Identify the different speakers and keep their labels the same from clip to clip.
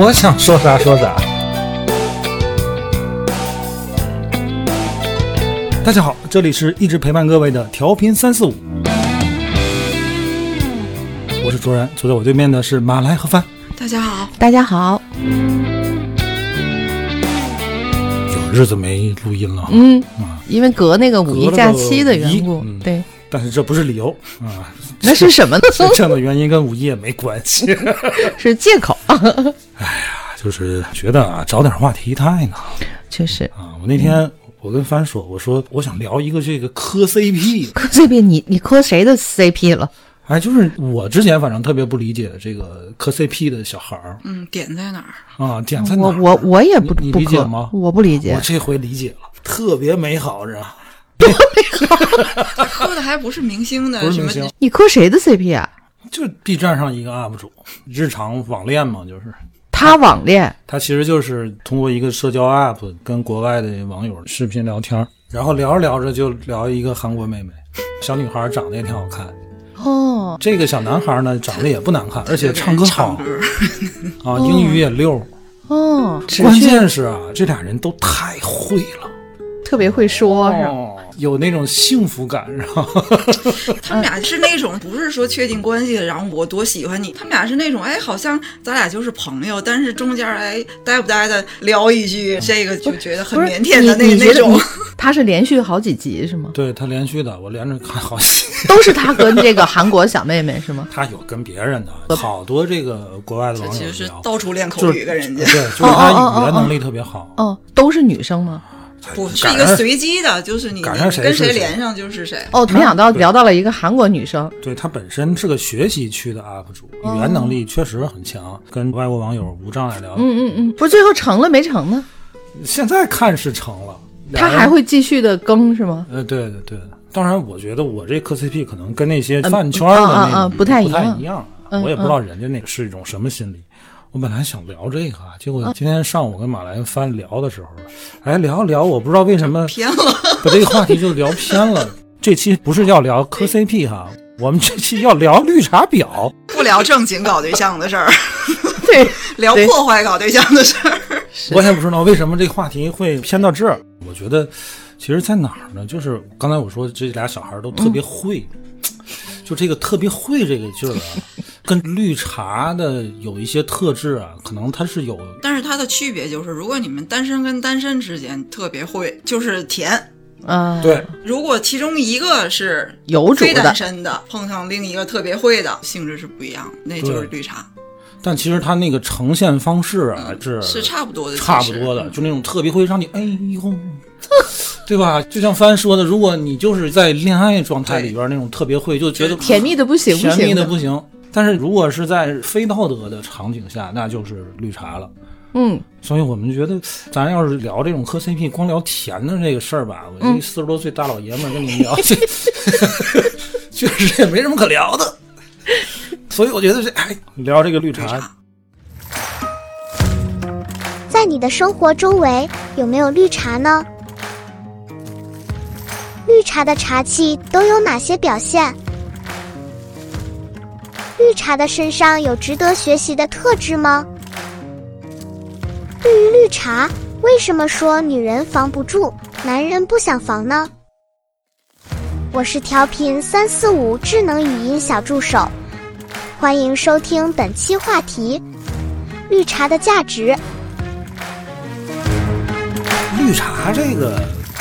Speaker 1: 我想说啥说啥。大家好，这里是一直陪伴各位的调频三四五，我是卓然，坐在我对面的是马来和帆。
Speaker 2: 大家好，
Speaker 3: 大家好，
Speaker 1: 有日子没录音了，
Speaker 3: 嗯，因为隔那个五
Speaker 1: 隔
Speaker 3: 一
Speaker 1: 了
Speaker 3: 假
Speaker 1: 个
Speaker 3: 期的
Speaker 1: 五一
Speaker 3: 缘故，
Speaker 1: 嗯
Speaker 3: 对，
Speaker 1: 但是这不是理由啊，
Speaker 3: 那是什 么呢？
Speaker 1: 这样的原因跟五一也没关系。
Speaker 3: 是借口，啊
Speaker 1: 就是觉得啊，找点话题太难了
Speaker 3: 确实。
Speaker 1: 啊。我那
Speaker 2: 嗯
Speaker 1: 天我跟帆说，我说我想聊一个这个磕 CP，
Speaker 3: 磕 CP，你你磕谁的 CP 了？
Speaker 1: 哎，就是我之前反正特别不理解这个磕 CP 的小孩儿
Speaker 2: 嗯，点在哪 儿？
Speaker 1: 啊，点在哪
Speaker 3: 我
Speaker 1: 儿
Speaker 3: 我我也不
Speaker 1: 你你
Speaker 3: 不
Speaker 1: 理解
Speaker 3: 磕
Speaker 1: 吗，
Speaker 3: 我不理解
Speaker 1: 我。这回理解了，特别美好是吧？
Speaker 2: 磕的还不是明星的，
Speaker 1: 不是
Speaker 2: 呃什
Speaker 1: 明
Speaker 2: 么
Speaker 1: 星，
Speaker 3: 你磕谁的 CP 啊？
Speaker 1: 就 B 站上一个 UP 主，日常网恋嘛，就是。
Speaker 3: 他网恋，
Speaker 1: 他其实就是通过一个社交 app 跟国外的网友视频聊天儿，然后聊着聊着就聊一个韩国妹妹，小女孩长得也挺好看，
Speaker 3: 哦，
Speaker 1: 这个小男孩呢长得也不难看，而且唱歌好
Speaker 2: 唱歌， 嗯
Speaker 1: 啊，英语也溜。
Speaker 3: 哦，只
Speaker 1: 关
Speaker 3: 是
Speaker 1: 键是啊，这俩人都太会了，
Speaker 3: 特别会说，
Speaker 2: 哎
Speaker 3: 是吧？
Speaker 1: 哦，有那种幸福感，然后
Speaker 2: 他们俩是那种不是说确定关系，然后我多喜欢你，他们俩是那种哎，好像咱俩就是朋友，但是中间哎呆不呆的聊一句，这个就觉得很
Speaker 3: 不是
Speaker 2: 腼腆的
Speaker 3: 你
Speaker 2: 那
Speaker 3: 你
Speaker 2: 那
Speaker 3: 觉得
Speaker 2: 种
Speaker 3: 你。他是连续好几 集是吗？
Speaker 1: 对他连续的，我连着看好几，
Speaker 3: 都是他跟这个韩国小妹妹是吗？
Speaker 1: 他有跟别人的，好多这个国外的网友
Speaker 2: 其实是
Speaker 1: 聊，
Speaker 2: 到处练口
Speaker 1: 就
Speaker 2: 语
Speaker 1: 是
Speaker 2: 跟人家哦
Speaker 1: 对，，就是他语言能力特别好，
Speaker 3: 哦，都是女生吗？
Speaker 2: 不是
Speaker 1: 赶
Speaker 2: 一个
Speaker 1: 上
Speaker 2: 随机的，就是你
Speaker 1: 赶上谁
Speaker 2: 跟
Speaker 1: 是谁
Speaker 2: 谁连上就是谁。
Speaker 3: 哦，没想到聊到了一个韩国女生，
Speaker 1: 对他本身是个学习区的 UP 主，
Speaker 2: 哦
Speaker 1: 语言能力确实很强，跟外国网友无障碍聊。
Speaker 3: 嗯嗯嗯，不是最后成了没成呢？
Speaker 1: 现在看是成了，
Speaker 3: 他
Speaker 1: 俩人
Speaker 3: 还会继续的更 是吗？
Speaker 1: 呃，对对对。当然，我觉得我这磕 CP 可能跟那些
Speaker 3: 嗯
Speaker 1: 饭圈的那
Speaker 3: 啊啊
Speaker 1: 种
Speaker 3: 啊不太一样
Speaker 1: 一样
Speaker 3: 嗯
Speaker 1: 我也不知道人家那个是一种什么心理。我本来想聊这个啊，结
Speaker 3: 嗯
Speaker 1: 果今天上午跟马来翻聊的时候，哎，聊一聊，我不知道为什么
Speaker 2: 偏了，
Speaker 1: 把这个话题就聊偏了。这期不是要聊磕 CP 哈，我们这期要聊绿茶婊。
Speaker 2: 不聊正经搞对象的事儿，
Speaker 3: 对，
Speaker 2: 聊
Speaker 3: 对
Speaker 2: 破坏搞对象的事儿。
Speaker 1: 我也不知道为什么这话题会偏到这儿。我觉得，其实在哪儿呢？就是刚才我说这俩小孩都特
Speaker 2: 嗯
Speaker 1: 别会，就这个特别会这个劲儿啊，跟绿茶的有一些特质啊，可能它是有
Speaker 2: 但是它的区别就是，如果你们单身跟单身之间特别会，就是甜。
Speaker 3: 啊，，
Speaker 2: 如果其中一个是
Speaker 3: 有主
Speaker 2: 非
Speaker 3: 的
Speaker 2: 单，身的，碰上另一个特别会的，性质是不一样的，那就是绿茶，
Speaker 1: 但其实它那个呈现方式啊是
Speaker 2: 嗯是差不多的，
Speaker 1: 差不
Speaker 2: 其实
Speaker 1: 多的，
Speaker 2: 嗯
Speaker 1: 就那种特别会让你哎呦。对吧？就像帆说的，如果你就是在恋爱状态里边那种特别会，就觉得
Speaker 3: 甜蜜的不行不
Speaker 1: 甜蜜
Speaker 3: 行
Speaker 1: 的不行。但是如果是在非道德的场景下，那就是绿茶了。
Speaker 3: 嗯，
Speaker 1: 所以我们觉得，咱要是聊这种磕 CP，光聊甜的这个事儿吧，我
Speaker 3: 嗯
Speaker 1: 这四十多岁大老爷们儿跟你们聊这， 确实也没什么可聊的。所以我觉得这哎，聊这个绿
Speaker 2: 绿
Speaker 1: 茶
Speaker 2: 茶。
Speaker 4: 在你的生活周围有没有绿茶呢？绿茶的茶气都有哪些表现？绿茶的身上有值得学习的特质吗？对于绿茶，为什么说女人防不住，男人不想防呢？我是调频三四五智能语音小助手，欢迎收听本期话题：绿茶的价值。
Speaker 1: 绿茶这个，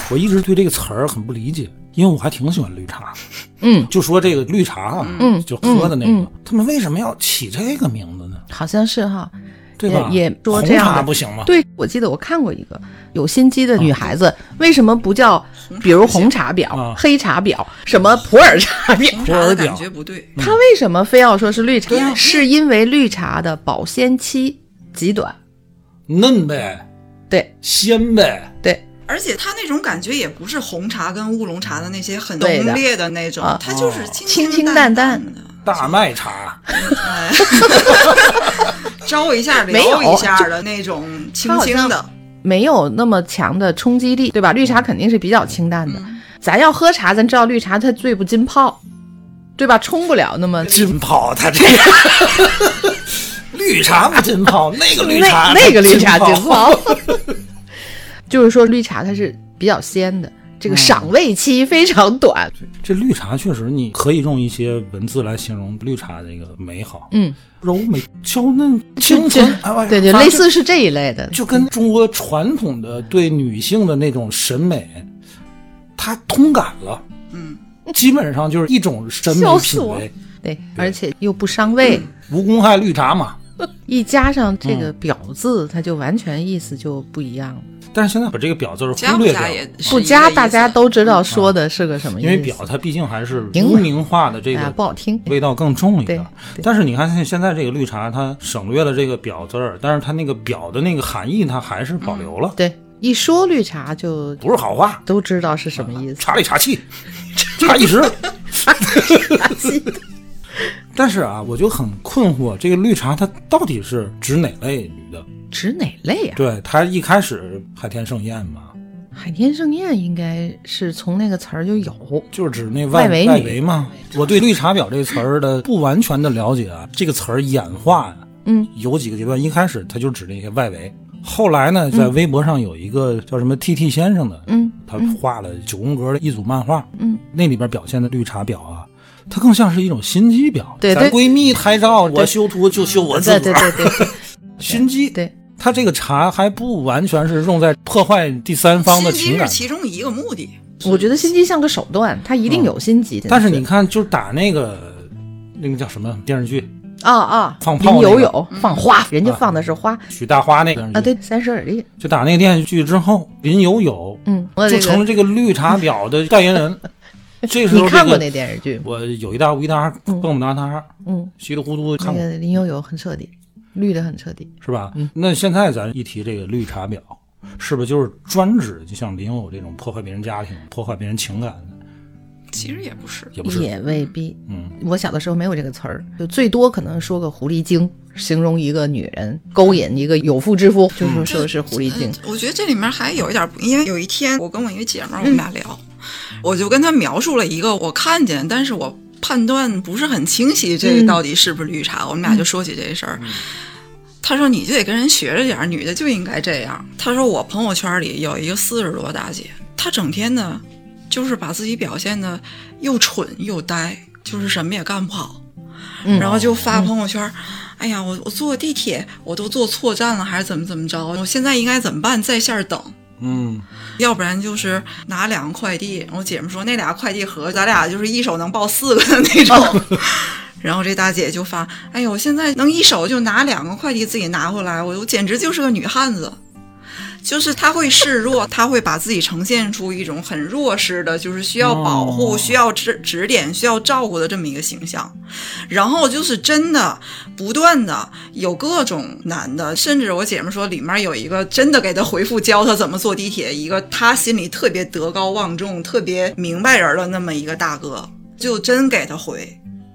Speaker 1: 我一直对这个词儿很不理解，因为我还挺喜欢绿茶。
Speaker 3: 嗯，
Speaker 1: 就说这个绿茶啊，
Speaker 3: 嗯
Speaker 1: 就喝的那个，
Speaker 3: 嗯嗯
Speaker 1: 他们为什么要起这个名字呢？
Speaker 3: 好像是哈。
Speaker 1: 对吧？
Speaker 3: 也也说
Speaker 1: 红
Speaker 3: 这样
Speaker 1: 茶
Speaker 3: 的
Speaker 1: 不行吗？
Speaker 3: 对，我记得我看过一个有心机的女孩子，为什么不叫，比如红茶
Speaker 1: 啊嗯
Speaker 3: 婊、黑茶婊、什么普洱茶婊？
Speaker 2: 绿茶的
Speaker 1: 尔
Speaker 2: 感
Speaker 1: 表
Speaker 2: 觉不对，
Speaker 3: 她为什么非要说是绿
Speaker 2: 对啊
Speaker 3: 茶？是因为绿茶的保鲜期极短，
Speaker 1: 嫩呗，
Speaker 3: 对
Speaker 1: 鲜呗，
Speaker 3: 对，
Speaker 2: 而且它那种感觉也不是红茶跟乌龙茶的那些很浓
Speaker 3: 对的
Speaker 2: 烈的那种
Speaker 3: 啊，
Speaker 2: 它
Speaker 1: 哦
Speaker 2: 就是
Speaker 3: 清
Speaker 2: 清
Speaker 3: 清
Speaker 2: 淡
Speaker 3: 淡
Speaker 2: 的。
Speaker 1: 大麦茶，
Speaker 2: 哎招一下
Speaker 3: 没有
Speaker 2: 撩一下的那种轻轻的，
Speaker 3: 没有那么强的冲击力，对吧？绿茶
Speaker 1: 嗯
Speaker 3: 肯定是比较清淡的。咱要喝茶，咱知道绿茶它最不浸泡，对吧？冲不了那么。
Speaker 1: 浸泡它这个 绿茶不浸泡，那个绿茶
Speaker 3: 那那个绿茶
Speaker 1: 它
Speaker 3: 浸泡， 就是说绿茶它是比较鲜的，这
Speaker 1: 嗯
Speaker 3: 个赏味期非常短。
Speaker 1: 这绿茶确实，你可以用一些文字来形容绿茶这个美好，
Speaker 3: 嗯，
Speaker 1: 柔美、娇嫩、清纯，哎呀
Speaker 3: 对对，
Speaker 1: 反正
Speaker 3: 类似是这一类的。
Speaker 1: 就跟中国传统的对女性的那种审美，它通感了，
Speaker 2: 嗯，
Speaker 1: 基本上就是一种审美
Speaker 3: 笑死
Speaker 1: 品
Speaker 3: 我
Speaker 1: 味，
Speaker 3: 对，而且又不伤胃，
Speaker 1: 无公害绿茶嘛。
Speaker 3: 一加上这
Speaker 1: 嗯
Speaker 3: 个“表”字，它就完全意思就不一样了。
Speaker 1: 但是现在把这个表字儿
Speaker 2: 加
Speaker 1: 忽
Speaker 2: 不
Speaker 1: 略掉
Speaker 2: 加
Speaker 1: 了
Speaker 2: 也，是
Speaker 3: 不
Speaker 2: 一个
Speaker 3: 加，
Speaker 2: 意思
Speaker 3: 大家都知道说的是个什么意
Speaker 1: 嗯因
Speaker 3: 思，
Speaker 1: 为表它毕竟还是
Speaker 3: 英
Speaker 1: 污
Speaker 3: 文
Speaker 1: 名化的这
Speaker 3: 哎呀
Speaker 1: 个
Speaker 3: 不好听。
Speaker 1: 味道更重一点儿
Speaker 3: 对。
Speaker 1: 但是你看现现在这个绿茶，它省略了这个表字儿，但是它那个表的那个含义，它还是保留了，
Speaker 3: 对，一说绿茶就
Speaker 1: 不是好话。
Speaker 3: 都知道是什么意思。
Speaker 1: 茶里茶 气，茶一时。但是啊，我就很困惑，这个绿茶它到底是指哪类女的？
Speaker 3: 指哪类啊？
Speaker 1: 对，它一开始海天盛宴嘛，
Speaker 3: 海天盛宴应该是从那个词儿就有。
Speaker 1: 就是指那外
Speaker 3: 外围女
Speaker 1: 围嘛。我对“绿茶婊”这个词儿的不完全的了解啊，这个词儿演化呀、
Speaker 3: 嗯，
Speaker 1: 有几个阶段。一开始它就指那些外围，后来呢，在微博上有一个叫什么 “TT 先生”的，
Speaker 3: 嗯，
Speaker 1: 他画了九宫格的一组漫画，
Speaker 3: 嗯，
Speaker 1: 那里边表现的绿茶婊啊。它更像是一种心机婊，
Speaker 3: 对
Speaker 1: 咱
Speaker 3: 对
Speaker 1: 闺蜜拍照，
Speaker 3: 对
Speaker 1: 我修图就修我自个
Speaker 3: 对对
Speaker 1: 儿，
Speaker 3: 对对
Speaker 1: 心机。
Speaker 3: 对，
Speaker 1: 它这个茶还不完全是用在破坏第三方的
Speaker 2: 心
Speaker 1: 情
Speaker 2: 机是
Speaker 1: 感，
Speaker 2: 其中一个目的。
Speaker 3: 我觉得心机像个手段，它一定有心机。
Speaker 1: 嗯但是你看，就打那个那个叫什么电视剧，
Speaker 3: 啊啊，
Speaker 1: 放炮
Speaker 3: 林
Speaker 1: 那
Speaker 3: 有
Speaker 1: 个嗯
Speaker 3: 有放花，人家
Speaker 1: 啊
Speaker 3: 放的是花
Speaker 1: 许大花那个人
Speaker 3: 啊，对，三十而立。
Speaker 1: 就打那个电视剧之后，林有有
Speaker 3: 嗯，我
Speaker 1: 就
Speaker 3: 这
Speaker 1: 成了
Speaker 3: 个
Speaker 1: 这个绿茶婊的代言 人。这时候、这个、
Speaker 3: 你看过那电视剧吗？
Speaker 1: 我有一搭无一搭，蹦蹦哒哒，
Speaker 3: 嗯，
Speaker 1: 稀里糊涂
Speaker 3: 那嗯
Speaker 1: 看过、
Speaker 3: 个林有有很彻底，绿的很彻底。
Speaker 1: 是吧？那现在咱一提这个绿茶婊，是不是就是专指就像林有有这种破坏别人家庭、破坏别人情感的？
Speaker 2: 其实也不是，
Speaker 1: 也不是，
Speaker 3: 也未必。
Speaker 1: 嗯，
Speaker 3: 我小的时候没有这个词儿，就最多可能说个狐狸精，形容一个女人勾引一个有妇之
Speaker 1: 嗯
Speaker 3: 夫，就说说是狐狸精
Speaker 2: 嗯。我觉得这里面还有一点不，因为有一天我跟我一个姐们儿，我们俩聊，我就跟她描述了一个我看见，但是我判断不是很清晰，这
Speaker 3: 嗯
Speaker 2: 到底是不是绿茶？我们俩就说起这事儿。她说：“你就得跟人学着点儿，女的就应该这样。”她说：“我朋友圈里有一个四十多大姐，她整天呢，就是把自己表现的又蠢又呆，就是什么也干不好。”
Speaker 3: 嗯
Speaker 2: 然后就发朋友圈儿，哎呀，我我坐地铁我都坐错站了，还是怎么怎么着？我现在应该怎么办？在线儿等，
Speaker 1: 嗯，
Speaker 2: 要不然就是拿两个快递。我姐们说那俩快递盒，咱俩就是一手能抱四个的那种。然后这大姐就发，哎呦，我现在能一手就拿两个快递自己拿回来，我我简直就是个女汉子。就是她会示弱，她会把自己呈现出一种很弱势的，就是需要保护、
Speaker 1: 哦
Speaker 2: 需要指指点、需要照顾的这么一个形象。然后就是真的不断的有各种男的，甚至我姐们说里面有一个真的给她回复教她怎么坐地铁，一个她心里特别德高望重、特别明白人儿的那么一个大哥，就真给她回。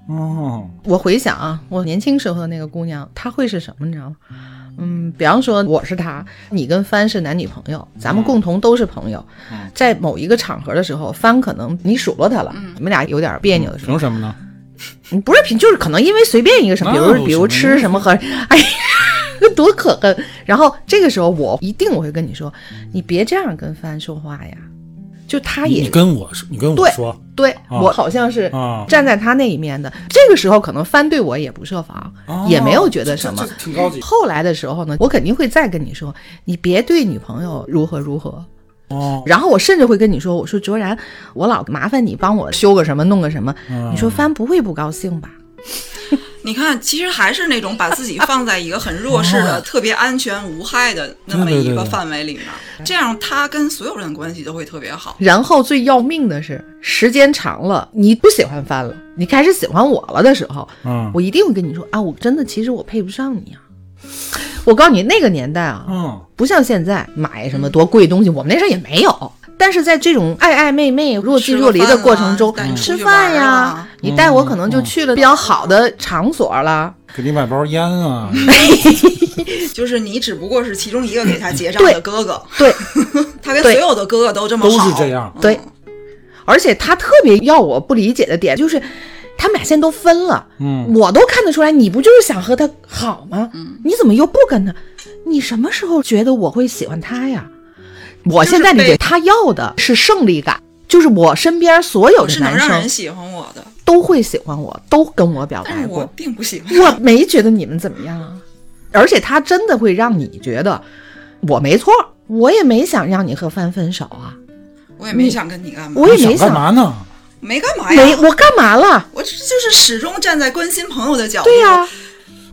Speaker 3: 嗯
Speaker 1: 哦，
Speaker 3: 我回想啊，我年轻时候的那个姑娘，她会是什么？你知道吗？嗯，比方说我是她，你跟帆是男女朋友，咱们共同都是朋友，在某一个场合的时候，帆可能你数落她了，你们俩有点别扭的时候
Speaker 1: 凭，什么呢？
Speaker 3: 嗯不是平，就是可能因为随便一个什么，比
Speaker 1: 那有
Speaker 3: 如比如
Speaker 1: 什么
Speaker 3: 吃什么喝，哎呀， 多可恨。然后这个时候我一定我会跟你说，你别这样跟帆说话呀，就他
Speaker 1: 你
Speaker 3: 也
Speaker 1: 跟我说，你跟我
Speaker 3: 对
Speaker 1: 说，
Speaker 3: 对、
Speaker 1: 啊
Speaker 3: 我好像是
Speaker 1: 啊
Speaker 3: 站在他那一面的。这个时候可能帆对我也不设防，
Speaker 1: 哦
Speaker 3: 也没有觉得什么
Speaker 1: 这。这挺高级
Speaker 3: 后来的时候呢，我肯定会再跟你说，你别对女朋友如何如何。
Speaker 1: 哦。
Speaker 3: 然后我甚至会跟你说，我说卓然，我老麻烦你帮我修个什么，弄个什么。
Speaker 1: 嗯
Speaker 3: 你说帆不会不高兴吧？
Speaker 2: 你看，其实还是那种把自己放在一个很弱势 的、特别安全无害的那么一
Speaker 1: 对对
Speaker 2: 个
Speaker 1: 对对
Speaker 2: 范围里面， 这样他跟所有人关系都会特别好。
Speaker 3: 然后最要命的是，时间长了，你不喜欢帆了，你开始喜欢我了的时候，
Speaker 1: 嗯
Speaker 3: 我一定会跟你说啊，我真的其实我配不上你啊。我告诉你，那个年代啊，
Speaker 1: 嗯，
Speaker 3: 不像现在买什么多贵东西，我们那时候也没有。但是在这种爱爱妹妹、若即若离的过程中
Speaker 2: 吃个饭啊带，你出
Speaker 3: 吃
Speaker 2: 去
Speaker 3: 饭
Speaker 2: 玩
Speaker 3: 呀
Speaker 2: 啊，
Speaker 3: 你带我可能就去了比较好的场所了。
Speaker 1: 给你买包烟啊，
Speaker 3: 嗯
Speaker 2: 就是你只不过是其中一个给他结账
Speaker 3: 对
Speaker 2: 的哥哥，
Speaker 3: 对
Speaker 2: 他跟所
Speaker 3: 对
Speaker 2: 有的哥哥都这么
Speaker 1: 都
Speaker 2: 好，
Speaker 1: 是这样
Speaker 2: 嗯
Speaker 3: 对，而且他特别要我不理解的点就是，他们俩现在都分了，
Speaker 1: 嗯，
Speaker 3: 我都看得出来，你不就是想和他好吗？
Speaker 2: 嗯
Speaker 3: 你怎么又不跟他？你什么时候觉得我会喜欢他呀？我现在理
Speaker 2: 就是
Speaker 3: 解
Speaker 2: 被
Speaker 3: 他要的是胜利感，就是我身边所有
Speaker 2: 我
Speaker 3: 的
Speaker 2: 是能
Speaker 3: 男
Speaker 2: 让人
Speaker 3: 生
Speaker 2: 喜欢我的，
Speaker 3: 都会喜欢我，都跟我表
Speaker 2: 但
Speaker 3: 白
Speaker 2: 是哎我
Speaker 3: 过，
Speaker 2: 并不喜欢。
Speaker 3: 我没觉得你们怎么样啊。而且他真的会让你觉得我没错，我也没想让你和帆分手啊，
Speaker 2: 我也没想跟你干嘛，
Speaker 3: 我也
Speaker 1: 你
Speaker 3: 没
Speaker 1: 想干嘛呢？
Speaker 2: 没干哎嘛呀，
Speaker 3: 没我干嘛了？
Speaker 2: 我这就是始终站在关心朋友的角度。
Speaker 3: 对呀、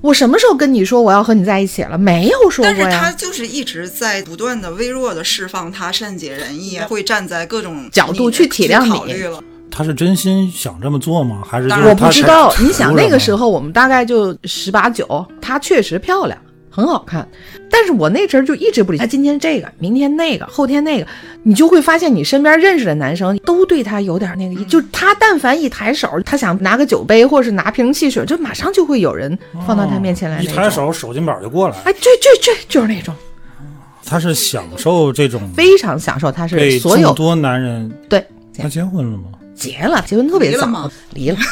Speaker 3: 我什么时候跟你说我要和你在一起了？没有说过
Speaker 2: 但是
Speaker 3: 呀。
Speaker 2: 他就是一直在不断的微弱的释放他善解人意，会站在各种
Speaker 3: 角度去体谅你
Speaker 2: 去考虑了。
Speaker 1: 他是真心想这么做吗？还是就
Speaker 2: 当
Speaker 1: 是
Speaker 2: 然
Speaker 3: 我
Speaker 2: 我
Speaker 3: 不
Speaker 1: 啊他
Speaker 3: 知
Speaker 1: 是
Speaker 3: 道，
Speaker 1: 图
Speaker 3: 你想
Speaker 1: 着
Speaker 3: 那个
Speaker 1: 呢
Speaker 3: 时候我们大概就十八九，她确实漂亮，很好看。但是我那阵儿就一直不理哎她，今天这个，明天那个，后天那个，你就会发现你身边认识的男生都对她有点那个意，就
Speaker 1: 嗯
Speaker 3: 她但凡一抬手，她想拿个酒杯或是拿瓶汽水，就马上就会有人放到她面前来、
Speaker 1: 哦一抬，手手巾板就过来，
Speaker 3: 哎，这这这就是那种
Speaker 1: 他是享受这种
Speaker 3: 非常享受，她是
Speaker 1: 被
Speaker 3: 所
Speaker 1: 众
Speaker 3: 有
Speaker 1: 多男人。
Speaker 3: 对
Speaker 1: 他结婚了吗？
Speaker 3: 结了，结婚特别
Speaker 2: 离了
Speaker 3: 早
Speaker 2: 吗，
Speaker 3: 离了，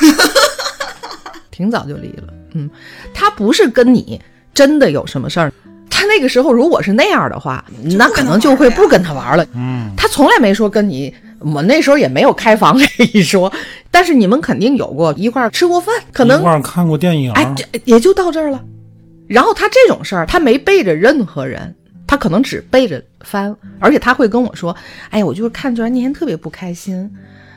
Speaker 3: 挺早就离了。嗯，他不是跟你真的有什么事儿，他那个时候如果是那样的话，那可能就会不跟他玩了。
Speaker 1: 嗯，
Speaker 3: 他从来没说跟你，我那时候也没有开房这一说，但是你们肯定有过一块儿吃过饭，可能
Speaker 1: 一块儿看过电影，
Speaker 3: 哎，这也就到这儿了。然后他这种事儿，他没背着任何人，他可能只背着帆，而且他会跟我说：“哎呀，我就是看出来那天特别不开心，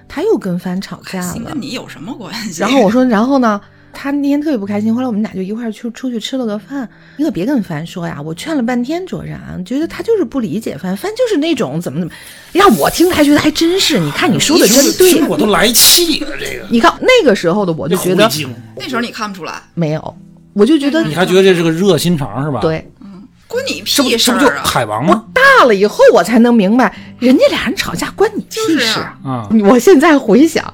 Speaker 3: 他又跟帆吵架
Speaker 2: 心
Speaker 3: 了
Speaker 2: 跟。你有什么关”系？
Speaker 3: 然后我说：“然后呢？”他那天特别不开心，后来我们俩就一块儿去出去吃了个饭。你可别跟帆说呀，我劝了半天卓然，觉得他就是不理解帆，帆就是那种怎么怎么，让我听着还觉得还真是。你看你说的真对
Speaker 1: 听，我都来气了。这个
Speaker 3: 你看那个时候的我就觉
Speaker 1: 这
Speaker 3: 得
Speaker 1: 狐狸精
Speaker 2: 那时候你看不出来，
Speaker 3: 没有，我就觉得
Speaker 1: 你还觉得这是个热心肠是吧？，
Speaker 3: 对，
Speaker 2: 关你
Speaker 1: 这不
Speaker 2: 屁事
Speaker 1: 这不就
Speaker 2: 儿啊！
Speaker 1: 海王
Speaker 3: 我
Speaker 1: 吗？
Speaker 3: 大了以后，我才能明白，人家俩人吵架关你屁
Speaker 2: 就
Speaker 3: 事
Speaker 2: 是
Speaker 3: 啊。
Speaker 1: 啊，
Speaker 3: 我现在回想，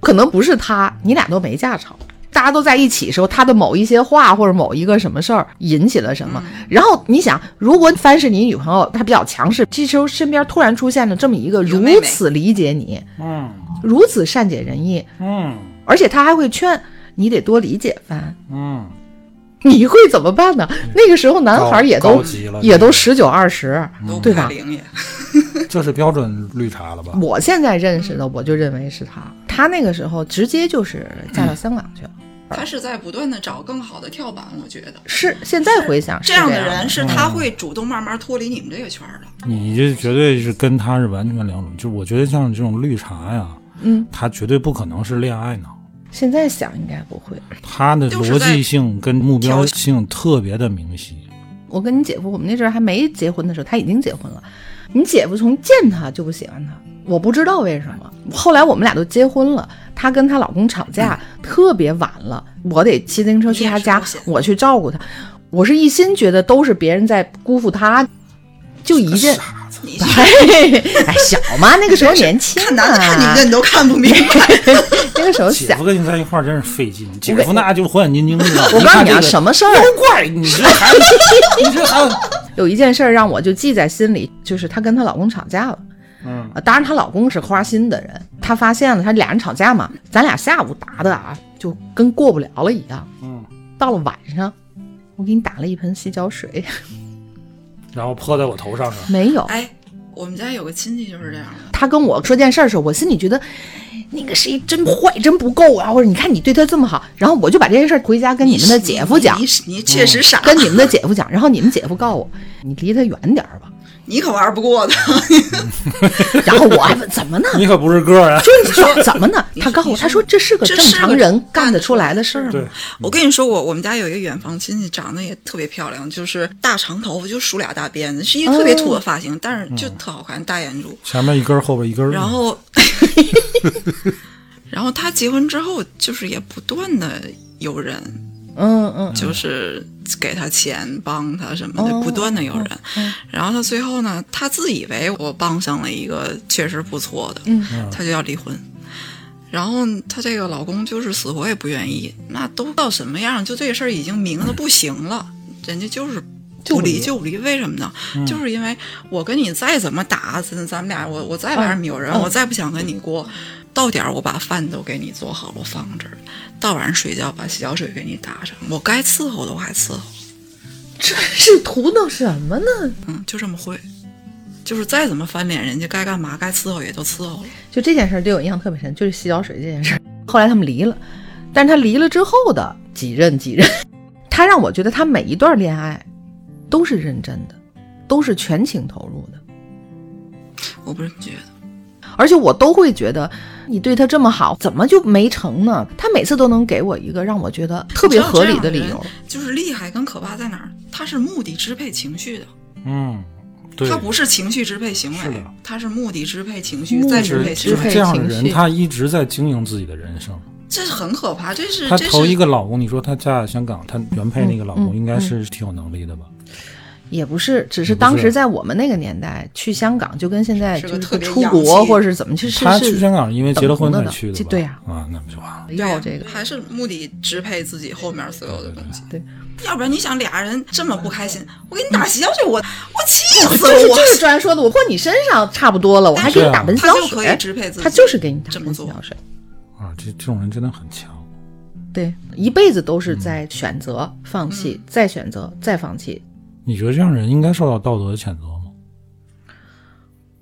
Speaker 3: 可能不是他，你俩都没架吵，大家都在一起的时候，他的某一些话或者某一个什么事儿引起了什么。
Speaker 2: 嗯
Speaker 3: 然后你想，如果凡是你女朋友她比较强势，这时候身边突然出现了这么一个
Speaker 2: 有
Speaker 3: 如
Speaker 2: 妹妹
Speaker 3: 此理解你、
Speaker 1: 嗯
Speaker 3: 如此善解人意，
Speaker 1: 嗯
Speaker 3: 而且他还会劝你得多理解凡。
Speaker 1: 嗯，
Speaker 3: 你会怎么办呢？那个时候男孩也
Speaker 1: 高
Speaker 3: 都
Speaker 1: 高级了
Speaker 3: 也都十九二十，
Speaker 2: 都不
Speaker 3: 对吧
Speaker 2: 太灵也，
Speaker 1: 这是标准绿茶了吧？
Speaker 3: 我现在认识
Speaker 2: 嗯
Speaker 3: 的，我就认为是他。他那个时候直接就是嫁到香港去了。
Speaker 2: 他是在不断的找更好的跳板，我觉得。
Speaker 3: 是现在回想是
Speaker 2: 这
Speaker 3: 这样
Speaker 2: 样的人是他会主动慢慢脱离你们这个圈儿的，
Speaker 1: 你这绝对是跟他是完全两种，就我觉得像这种绿茶呀，
Speaker 3: 嗯，
Speaker 1: 他绝对不可能是恋爱脑，
Speaker 3: 现在想应该不会。
Speaker 1: 他的逻辑性跟目标性特别的明晰。
Speaker 3: 我跟你姐夫，我们那阵儿还没结婚的时候，他已经结婚了。你姐夫从见他就不喜欢他，我不知道为什么。后来我们俩都结婚了，她跟她老公吵架、特别晚了，我得骑自行车去他家
Speaker 2: 嗯你也是冒险，
Speaker 3: 我去照顾他。我是一心觉得都是别人在辜负他，就嗯 一件。
Speaker 2: 你
Speaker 3: 哎，哎小嘛，那 个时候年轻、啊，
Speaker 2: 看男的看女的你都看不明白。
Speaker 3: 那个时候
Speaker 1: 姐
Speaker 3: 小。
Speaker 1: 夫跟你在一块儿真是费劲，姐夫那就火眼金睛的。
Speaker 3: 我告诉
Speaker 1: 看
Speaker 3: 你
Speaker 1: 这
Speaker 3: 啊，
Speaker 1: 个
Speaker 3: 什么事儿？
Speaker 1: 怪你这孩子，你这孩 子，
Speaker 3: 有一件事儿让我就记在心里，就是她跟她老公吵架了。
Speaker 1: 嗯
Speaker 3: 啊，当然她老公是花心的人，她发现了，她俩人吵架嘛，咱俩下午打的啊，就跟过不了了一样。
Speaker 1: 嗯，
Speaker 3: 到了晚上，我给你打了一盆洗脚水，
Speaker 1: 然后泼在我头上是吧？
Speaker 3: 没有。
Speaker 2: 哎，我们家有个亲戚就是这样的，
Speaker 3: 她跟我说这件事儿的时候，我心里觉得。那个谁真坏，真不够啊！或者你看你对她这么好，然后我就把这件事儿回家跟你们的姐夫讲嗯
Speaker 2: 你，你你确实傻，
Speaker 3: 跟你们的姐夫讲，然后你们姐夫告我，你离他远点儿吧。
Speaker 2: 你可玩不过他。
Speaker 3: 嗯然后我还问 怎么呢？
Speaker 1: 你可不是个儿啊！
Speaker 3: 就是说怎么呢？
Speaker 2: 你
Speaker 3: 他告诉我，
Speaker 2: 你
Speaker 3: 他说这是个
Speaker 2: 这
Speaker 3: 正
Speaker 2: 是
Speaker 3: 常
Speaker 2: 个
Speaker 3: 人干
Speaker 2: 干
Speaker 3: 得
Speaker 2: 得
Speaker 3: 出
Speaker 2: 出
Speaker 3: 来
Speaker 2: 来
Speaker 3: 的事儿
Speaker 1: 对
Speaker 3: 吗？，
Speaker 2: 我跟你说，我我们家有一个远房亲戚，长得也特别漂亮，就是大长头发，就梳俩大辫子，是一个特别
Speaker 3: 哦
Speaker 2: 土的发型，但是就特好看，大眼珠。
Speaker 1: 前面一根儿，后边一根儿。
Speaker 2: 然 后，然后他结婚之后，就是也不断的有人
Speaker 3: 嗯嗯，
Speaker 2: 就是给他钱帮他什么的，
Speaker 3: 哦
Speaker 2: 不断的有人。
Speaker 3: 嗯
Speaker 2: 然后他最后呢，他自以为我帮上了一个确实不错的，
Speaker 3: 嗯
Speaker 2: 他就要离婚。然后她这个老公就是死活也不愿意，那都到什么样，就这事儿已经明的不行了，人家就是
Speaker 3: 就
Speaker 2: 不
Speaker 3: 不
Speaker 2: 离
Speaker 3: 离
Speaker 2: 就不离，为什么呢？就是因为我跟你再怎么打，咱咱们俩我我再外面有人，
Speaker 3: 嗯
Speaker 2: 我再不想跟你过，到点儿我把饭都给你做好了，我放这儿，到晚上睡觉把洗脚水给你打上，我该伺候的我还伺候，
Speaker 3: 这是图弄什么呢？
Speaker 2: 嗯，就这么会，就是再怎么翻脸，人家该干嘛该伺候也就伺候了。
Speaker 3: 就这件事儿对我印象特别深，就是洗脚水这件事儿。后来他们离了，但是他离了之后的几任几任，他让我觉得他每一段恋爱都是认真的，都是全情投入的。
Speaker 2: 我不是觉得。
Speaker 3: 而且我都会觉得你对他这么好，怎么就没成呢？他每次都能给我一个让我觉得特别合理的理
Speaker 2: 你知
Speaker 3: 由
Speaker 2: 道这样的人。就是厉害跟可怕在哪儿？他是目的支配情绪的，
Speaker 1: 嗯，对，
Speaker 2: 他不是情绪支配行
Speaker 1: 是
Speaker 2: 为
Speaker 1: 的，
Speaker 2: 他是目的支配情绪，
Speaker 3: 目的
Speaker 2: 再支
Speaker 1: 是就是
Speaker 2: 配行为，
Speaker 1: 这样的
Speaker 3: 支配
Speaker 1: 人，
Speaker 3: 情绪
Speaker 1: 他一直在经营自己的人生。
Speaker 2: 这是很可怕。这是
Speaker 1: 她
Speaker 2: 这
Speaker 1: 头一
Speaker 2: 是
Speaker 1: 个老公，你说她嫁香港，她原配那个老
Speaker 3: 嗯嗯
Speaker 1: 公应该是挺有能力的吧？
Speaker 3: 也不是，只是
Speaker 1: 也不
Speaker 3: 当
Speaker 1: 是
Speaker 3: 时在我们那个年代，去香港就跟现在
Speaker 2: 是
Speaker 3: 就
Speaker 2: 个
Speaker 3: 是
Speaker 2: 特别
Speaker 3: 出
Speaker 2: 洋
Speaker 3: 国
Speaker 2: 气
Speaker 3: 或者是怎么去是
Speaker 1: 她去
Speaker 3: 是
Speaker 1: 香港是因为结了婚
Speaker 3: 等
Speaker 1: 才
Speaker 3: 同的
Speaker 1: 去的
Speaker 3: 就
Speaker 1: 吧？
Speaker 3: 对呀
Speaker 1: 啊，那不就完了？
Speaker 3: 要这个。
Speaker 2: 还是目的支配自己后面所有的东西。
Speaker 3: 对，嗯
Speaker 2: 要不然你想俩人这么不开心，我给你打洗脚水，我我气死
Speaker 3: 就
Speaker 2: 了
Speaker 3: 是
Speaker 2: 我
Speaker 3: 就。是专说的，我泼你身上差不多了，我还给
Speaker 1: 是
Speaker 3: 你
Speaker 1: 啊
Speaker 3: 打盆洗
Speaker 2: 他
Speaker 3: 脚
Speaker 2: 就可以
Speaker 3: 水，
Speaker 2: 支配自己，
Speaker 3: 他就是给你打
Speaker 2: 这
Speaker 3: 盆
Speaker 2: 么
Speaker 3: 洗
Speaker 2: 做
Speaker 3: 脚。水，
Speaker 1: 啊，这这种人真的很强。
Speaker 3: 对，一辈子都
Speaker 1: 嗯
Speaker 3: 是在选择、放弃，
Speaker 2: 嗯
Speaker 3: 再选择、再放弃。
Speaker 1: 你觉得这样人应该受到道德的谴责吗？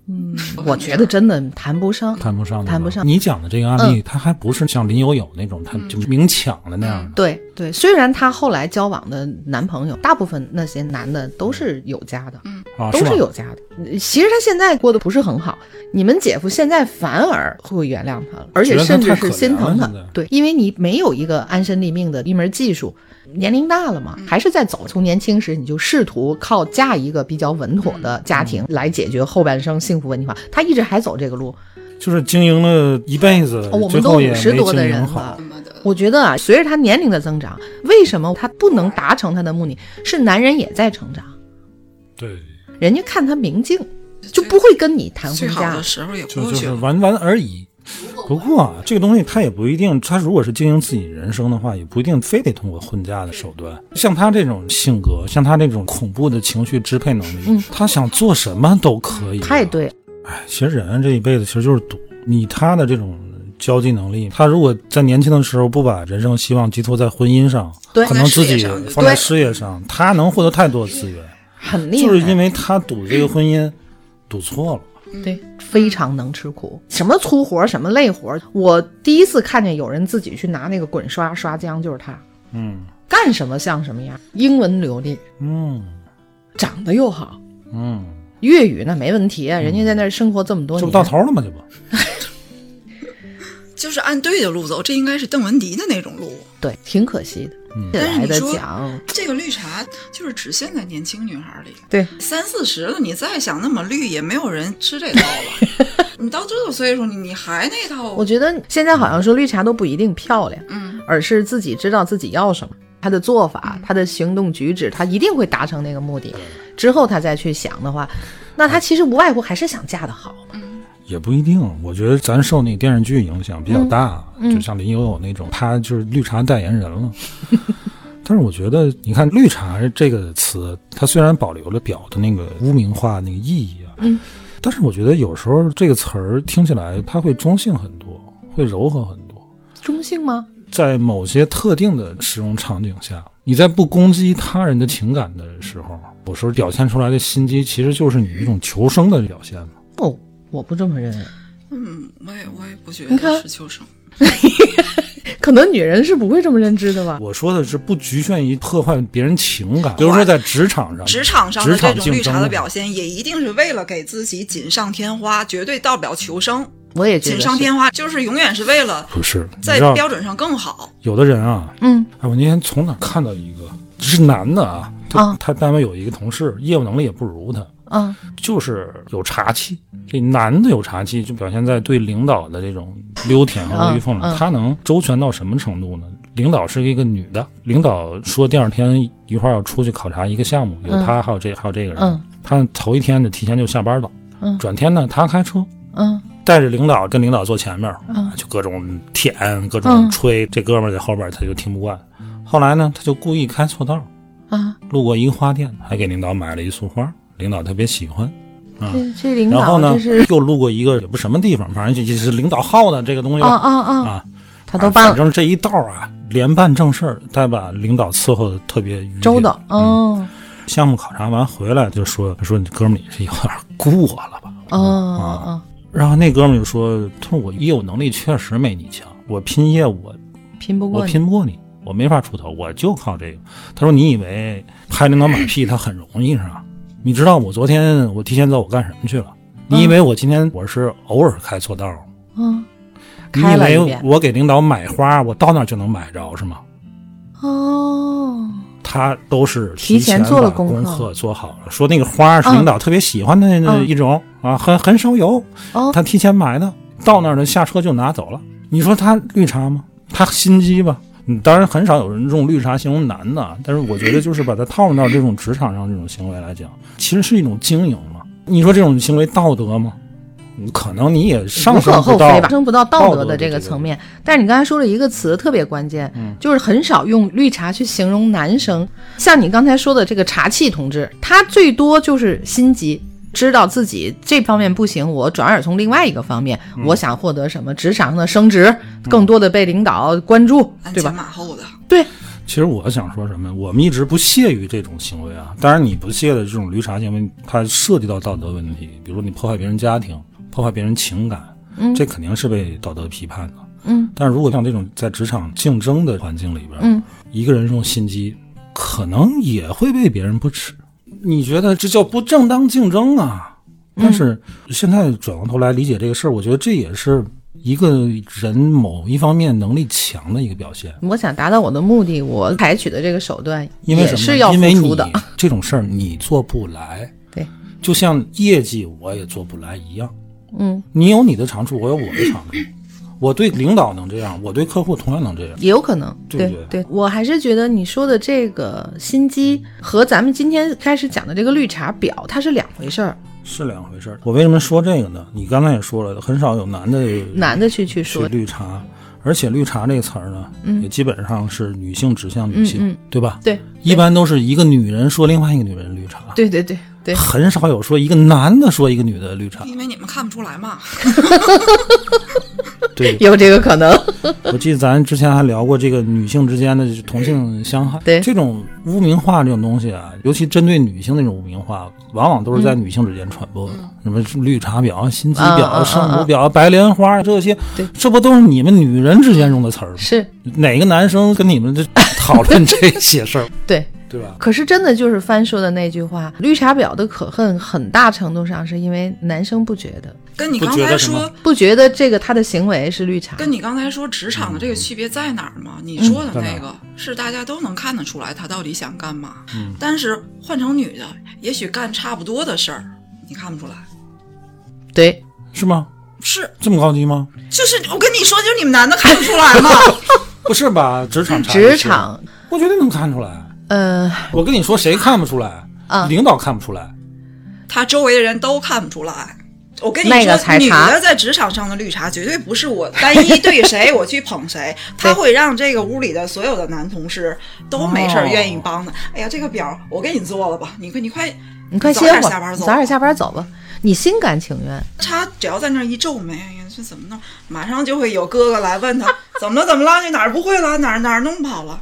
Speaker 2: 嗯
Speaker 3: 我觉得真的谈不上，
Speaker 1: 谈不上的吧，
Speaker 3: 谈不上嗯
Speaker 1: 你讲的这个案例，他还不是像林有有那种，他就明抢的那样的。
Speaker 3: 对对，虽然她后来交往的男朋友，大部分那些男的都是有家的，
Speaker 1: 啊，
Speaker 3: 嗯都
Speaker 1: 是吧
Speaker 3: 是有家的。呃其实她现在过得不是很好，你们姐夫现在反而会原谅她了，而且
Speaker 1: 觉得
Speaker 3: 甚
Speaker 1: 她
Speaker 3: 至
Speaker 1: 太
Speaker 3: 是
Speaker 1: 可
Speaker 3: 心
Speaker 1: 怜了
Speaker 3: 疼她
Speaker 1: 现在。
Speaker 3: 对，因为你没有一个安身立命的一门技术，年龄大了嘛，
Speaker 1: 嗯
Speaker 3: 还是在走。从年轻时你就试图靠嫁一个比较稳妥的家
Speaker 1: 嗯
Speaker 3: 庭来解决后半生幸福问题嘛，她一直还走这个路。
Speaker 1: 就是经营了一辈子，
Speaker 3: 哦我
Speaker 1: 最
Speaker 3: 们都
Speaker 1: 后也
Speaker 3: 五
Speaker 1: 没
Speaker 3: 十
Speaker 1: 经
Speaker 3: 多的人
Speaker 1: 营
Speaker 3: 了
Speaker 1: 好。
Speaker 2: 什么的，
Speaker 3: 我觉得啊，随着他年龄的增长，为什么他不能达成他的目的？是男人也在成长，
Speaker 1: 对，
Speaker 3: 人家看他明镜，就不会跟你谈
Speaker 2: 最
Speaker 3: 婚
Speaker 2: 好
Speaker 3: 嫁
Speaker 2: 的。时候也
Speaker 1: 就
Speaker 2: 过
Speaker 1: 就
Speaker 2: 去
Speaker 1: 是
Speaker 2: 了。
Speaker 1: 玩玩而已。不过啊，这个东西它也不一定，他如果是经营自己人生的话，也不一定非得通过婚嫁的手段。像他这种性格，像他这种恐怖的情绪支配能力，
Speaker 2: 嗯
Speaker 1: 他想做什么都可以。啊
Speaker 3: 太对了，
Speaker 1: 哎，其实人这一辈子其实就是赌。你他的这种交际能力，他如果在年轻的时候不把人生希望寄托在婚姻上，
Speaker 3: 对
Speaker 1: 可能自己
Speaker 2: 在事业上
Speaker 1: 放在事业上，他能获得太多资源，
Speaker 3: 很厉害，
Speaker 1: 就是因为他赌这个婚姻，赌错了。
Speaker 3: 对非常能吃苦，什么粗活什么累活，我第一次看见有人自己去拿那个滚刷刷浆，就是他
Speaker 1: 嗯
Speaker 3: 干什么像什么样，英文流利，
Speaker 1: 嗯
Speaker 3: 长得又好，
Speaker 1: 嗯，
Speaker 3: 粤语那没问题啊，人家在那儿生活这么多
Speaker 1: 这
Speaker 3: 年，
Speaker 1: 不嗯到头了吗？这不。
Speaker 2: 就是按对的路走，这应该是邓文迪的那种路。
Speaker 3: 对，挺可惜的。
Speaker 1: 嗯
Speaker 3: 这
Speaker 2: 但是
Speaker 3: 来
Speaker 2: 你
Speaker 3: 的
Speaker 2: 说
Speaker 3: 讲，
Speaker 2: 这个绿茶就是只限在年轻女孩里，
Speaker 3: 对，
Speaker 2: 三四十了，你再想那么绿，也没有人吃这套 了。你到这个岁数，你你还那套，
Speaker 3: 我觉得现在好像说绿茶都不一定漂亮，
Speaker 2: 嗯，
Speaker 3: 而是自己知道自己要什么，她的做法、她的行动举止，她一定会达成那个目的。之后她再去想的话，那她其实无外乎还是想嫁得好嘛。
Speaker 1: 也不一定，我觉得咱受那电视剧影响比较大，就像林有有那种，她就是绿茶代言人了。 但是我觉得，你看“绿茶”这个词，它虽然保留了表的那个污名化那个意义啊，
Speaker 3: 嗯，
Speaker 1: 但是我觉得有时候这个词儿听起来它会中性很多，会柔和很多。
Speaker 3: 中性吗？
Speaker 1: 在某些特定的使用场景下，你在不攻击他人的情感的时候，有时候表现出来的心机，其实就是你一种求生的表现嘛。
Speaker 3: 不，哦我不这么认为。
Speaker 2: 嗯，我也我也不觉
Speaker 3: 你看
Speaker 2: 得是秋生，
Speaker 3: 可能女人是不会这么认知的吧？
Speaker 1: 我说的是不局限于破坏别人情感，比如说在职场上，
Speaker 2: 职场上的
Speaker 1: 啊职
Speaker 2: 这
Speaker 1: 场
Speaker 2: 种
Speaker 1: 竞
Speaker 2: 绿茶
Speaker 1: 争
Speaker 2: 的表现，也一定是为了给自己锦上添花，绝对到不了求生。
Speaker 3: 我也觉
Speaker 2: 锦
Speaker 3: 得
Speaker 2: 上
Speaker 3: 是。
Speaker 2: 添花就是永远是为了
Speaker 1: 不是，你
Speaker 2: 在
Speaker 1: 知道
Speaker 2: 标准上更好。
Speaker 1: 有的人啊，
Speaker 3: 嗯，
Speaker 1: 哎，我那天从哪看到一个是男的啊，他、
Speaker 3: 啊
Speaker 1: 他单位有一个同事，业务能力也不如他，
Speaker 3: 啊，
Speaker 1: 就是有茶气。这男的有茶气，就表现在对领导的这种溜舔和
Speaker 3: 嗯
Speaker 1: 讥讽上，
Speaker 3: 嗯
Speaker 1: 他能周全到什么程度呢？领导是一个女的，领导说第二天一块儿要出去考察一个项目，有
Speaker 3: 嗯
Speaker 1: 他还有这还有这个人，
Speaker 3: 嗯
Speaker 1: 他头一天呢提前就下班了，
Speaker 3: 嗯
Speaker 1: 转天呢他开车。
Speaker 3: 嗯
Speaker 1: 带着领导跟领导坐前面，
Speaker 3: 嗯
Speaker 1: 就各种舔，各
Speaker 3: 嗯
Speaker 1: 种吹，这哥们儿在后边他就听不惯。后来呢，他就故意开错道，
Speaker 3: 啊，
Speaker 1: 路过一个花店，还给领导买了一束花，领导特别喜欢。
Speaker 3: 这这领
Speaker 1: 然
Speaker 3: 导
Speaker 1: 后呢
Speaker 3: 这是，
Speaker 1: 又路过一个也不什么地方，反正就是领导耗的这个东西
Speaker 3: 啊
Speaker 1: 吧
Speaker 3: 啊啊，
Speaker 1: 啊，
Speaker 3: 他都
Speaker 1: 反
Speaker 3: 办了，
Speaker 1: 正这一道啊，连办正事儿，再把领导伺候的特别余
Speaker 3: 周到。
Speaker 1: 嗯
Speaker 3: 哦
Speaker 1: 项目考察完回来就说说你哥们儿你是有点过了吧？
Speaker 3: 哦哦，
Speaker 1: 然后那哥们儿就说，他说我业务能力确实没你强，我拼业务我
Speaker 3: 拼不
Speaker 1: 我
Speaker 3: 过你，
Speaker 1: 拼不过你，我没法出头，我就靠这个。他说：“你以为拍领导马屁他很容易是吧？你知道我昨天我提前走我干什么去了？你以为我今天我是偶尔开错道？
Speaker 3: 嗯，
Speaker 1: 你
Speaker 3: 开
Speaker 1: 以
Speaker 3: 了一
Speaker 1: 为
Speaker 3: 遍，
Speaker 1: 我给领导买花，我到那儿就能买着是吗？
Speaker 3: 哦，
Speaker 1: 他都是
Speaker 3: 提前
Speaker 1: 前
Speaker 3: 做了
Speaker 1: 把
Speaker 3: 功
Speaker 1: 功
Speaker 3: 课
Speaker 1: 做好了，说那个花是
Speaker 3: 嗯
Speaker 1: 领导特别喜欢的那
Speaker 3: 嗯
Speaker 1: 一种、啊，很很少有，
Speaker 3: 哦，
Speaker 1: 他提前买的，到那儿呢下车就拿走了。你说他绿茶吗？他心机吧？嗯，当然很少有人用绿茶形容男的，啊但是我觉得就是把它套用到这种职场上这种行为来讲，其实是一种经营嘛。你说这种行为道德吗？嗯可能你也上
Speaker 3: 无可
Speaker 1: 升
Speaker 3: 厚
Speaker 1: 不
Speaker 3: 非
Speaker 1: 到
Speaker 3: 吧，，升不到道
Speaker 1: 道
Speaker 3: 德
Speaker 1: 德
Speaker 3: 的
Speaker 1: 的
Speaker 3: 这
Speaker 1: 这
Speaker 3: 个
Speaker 1: 个
Speaker 3: 层面。但是你刚才说了一个词特别关键，
Speaker 1: 嗯
Speaker 3: 就是很少用绿茶去形容男生。像你刚才说的这个茶气同志，他最多就是心急。知道自己这方面不行，我转而从另外一个方面，
Speaker 1: 嗯
Speaker 3: 我想获得什么职场上的升职，更多的被领导关注，
Speaker 2: 鞍
Speaker 3: 对
Speaker 2: 前马
Speaker 3: 吧？
Speaker 2: 后的，
Speaker 3: 对，
Speaker 1: 其实我想说什么，我们一直不屑于这种行为啊。当然，你不屑的这种绿茶行为，它涉及到道德问题，比如说你破坏别人家庭、破坏别人情感，
Speaker 3: 嗯
Speaker 1: 这肯定是被道德批判的。
Speaker 3: 嗯，
Speaker 1: 但是如果像这种在职场竞争的环境里边，
Speaker 3: 嗯，
Speaker 1: 一个人用心机，可能也会被别人不耻。你觉得这叫不正当竞争啊？
Speaker 3: 嗯
Speaker 1: 但是现在转过头来理解这个事儿，我觉得这也是一个人某一方面能力强的一个表现。
Speaker 3: 我想达到我的目的，我采取的这个手段
Speaker 1: 因为什
Speaker 3: 也
Speaker 1: 么呢？
Speaker 3: 是要
Speaker 1: 因为
Speaker 3: 付出的
Speaker 1: 你。这种事儿你做不来，
Speaker 3: 对，
Speaker 1: 就像业绩我也做不来一样。
Speaker 3: 嗯，
Speaker 1: 你有你的长处，我有我的长处。我对领导能这样，我对客户同样能这样。
Speaker 3: 也有可能，
Speaker 1: 对不
Speaker 3: 对，我还是觉得你说的这个心机
Speaker 2: 嗯
Speaker 3: 和咱们今天开始讲的这个绿茶婊，它是两回事儿。
Speaker 2: 嗯
Speaker 1: 是两回事儿。我为什么说这个呢？你刚才也说了，很少有男的
Speaker 3: 男的去去
Speaker 1: 去
Speaker 3: 说，嗯
Speaker 1: 绿茶，而且“绿茶”这个词儿呢，也基本上是女性指向女性，
Speaker 3: 嗯嗯
Speaker 1: 对吧？
Speaker 3: 对，
Speaker 1: 一般都是一个女人说另外一个女人绿茶，
Speaker 3: 对对对对，
Speaker 1: 很少有说一个男的说一个女的绿茶。
Speaker 2: 因为你们看不出来嘛。
Speaker 1: 对，
Speaker 3: 有这个 可能。
Speaker 1: 我记得咱之前还聊过这个女性之间的同性相害，
Speaker 3: 对
Speaker 1: 这种污名化这种东西啊，尤其针对女性那种污名化，往往都是
Speaker 3: 嗯
Speaker 1: 在女性之间传播的，什么绿茶婊、心机婊、
Speaker 3: 啊啊啊啊
Speaker 1: 圣母婊、白莲花这些
Speaker 3: 对，
Speaker 1: 这不都是你们女人之间用的词儿吗？
Speaker 3: 是
Speaker 1: 哪个男生跟你们 这讨论这些事儿，
Speaker 3: 对，
Speaker 1: 对吧？
Speaker 3: 可是真的就是帆说的那句话，绿茶婊的可恨很大程度上是因为男生不觉得，
Speaker 2: 跟你
Speaker 1: 不
Speaker 2: 刚
Speaker 1: 觉得
Speaker 2: 才
Speaker 1: 什
Speaker 2: 说
Speaker 1: 么，
Speaker 3: 不觉得这个他的行为是绿茶。
Speaker 2: 跟你刚才说职场的这个区别在哪儿吗？你说的
Speaker 1: 嗯在哪儿
Speaker 2: 那个是大家都能看得出来他到底想干嘛，
Speaker 1: 嗯
Speaker 2: 但是换成女的，也许干差不多的事儿，你看不出来。
Speaker 3: 对，
Speaker 1: 是吗？
Speaker 2: 是，
Speaker 1: 这么高级吗？
Speaker 2: 就是我跟你说，就是你们男的看不出来嘛。
Speaker 1: 不是吧？职场差异
Speaker 3: 职
Speaker 1: 是，
Speaker 3: 场，
Speaker 1: 我觉得能看出来。
Speaker 3: 呃，
Speaker 1: 我跟你说，谁看不出来？
Speaker 3: 啊
Speaker 1: 领导看不出来。
Speaker 2: 他周围的人都看不出来。我跟你
Speaker 3: 那个
Speaker 2: 说，
Speaker 3: 才
Speaker 2: 女
Speaker 3: 查
Speaker 2: 的在职场上的绿茶绝对不是我单一对谁我去捧 谁，她会让这个屋里的所有的男同事都没事儿
Speaker 1: 哦
Speaker 2: 愿意帮的。哎呀，这个表我给你做了吧，你快你快
Speaker 3: 你快
Speaker 2: 早
Speaker 3: 歇
Speaker 2: 点
Speaker 3: 会
Speaker 2: 下
Speaker 3: 儿，
Speaker 2: 班
Speaker 3: 你
Speaker 2: 走嗯
Speaker 3: 早点下班走吧，你心甘情愿。
Speaker 2: 他只要在那儿一皱眉，哎呀，这怎么弄？马上就会有哥哥来问他怎么了，怎么了？你哪儿不会了？哪儿哪儿弄不好了？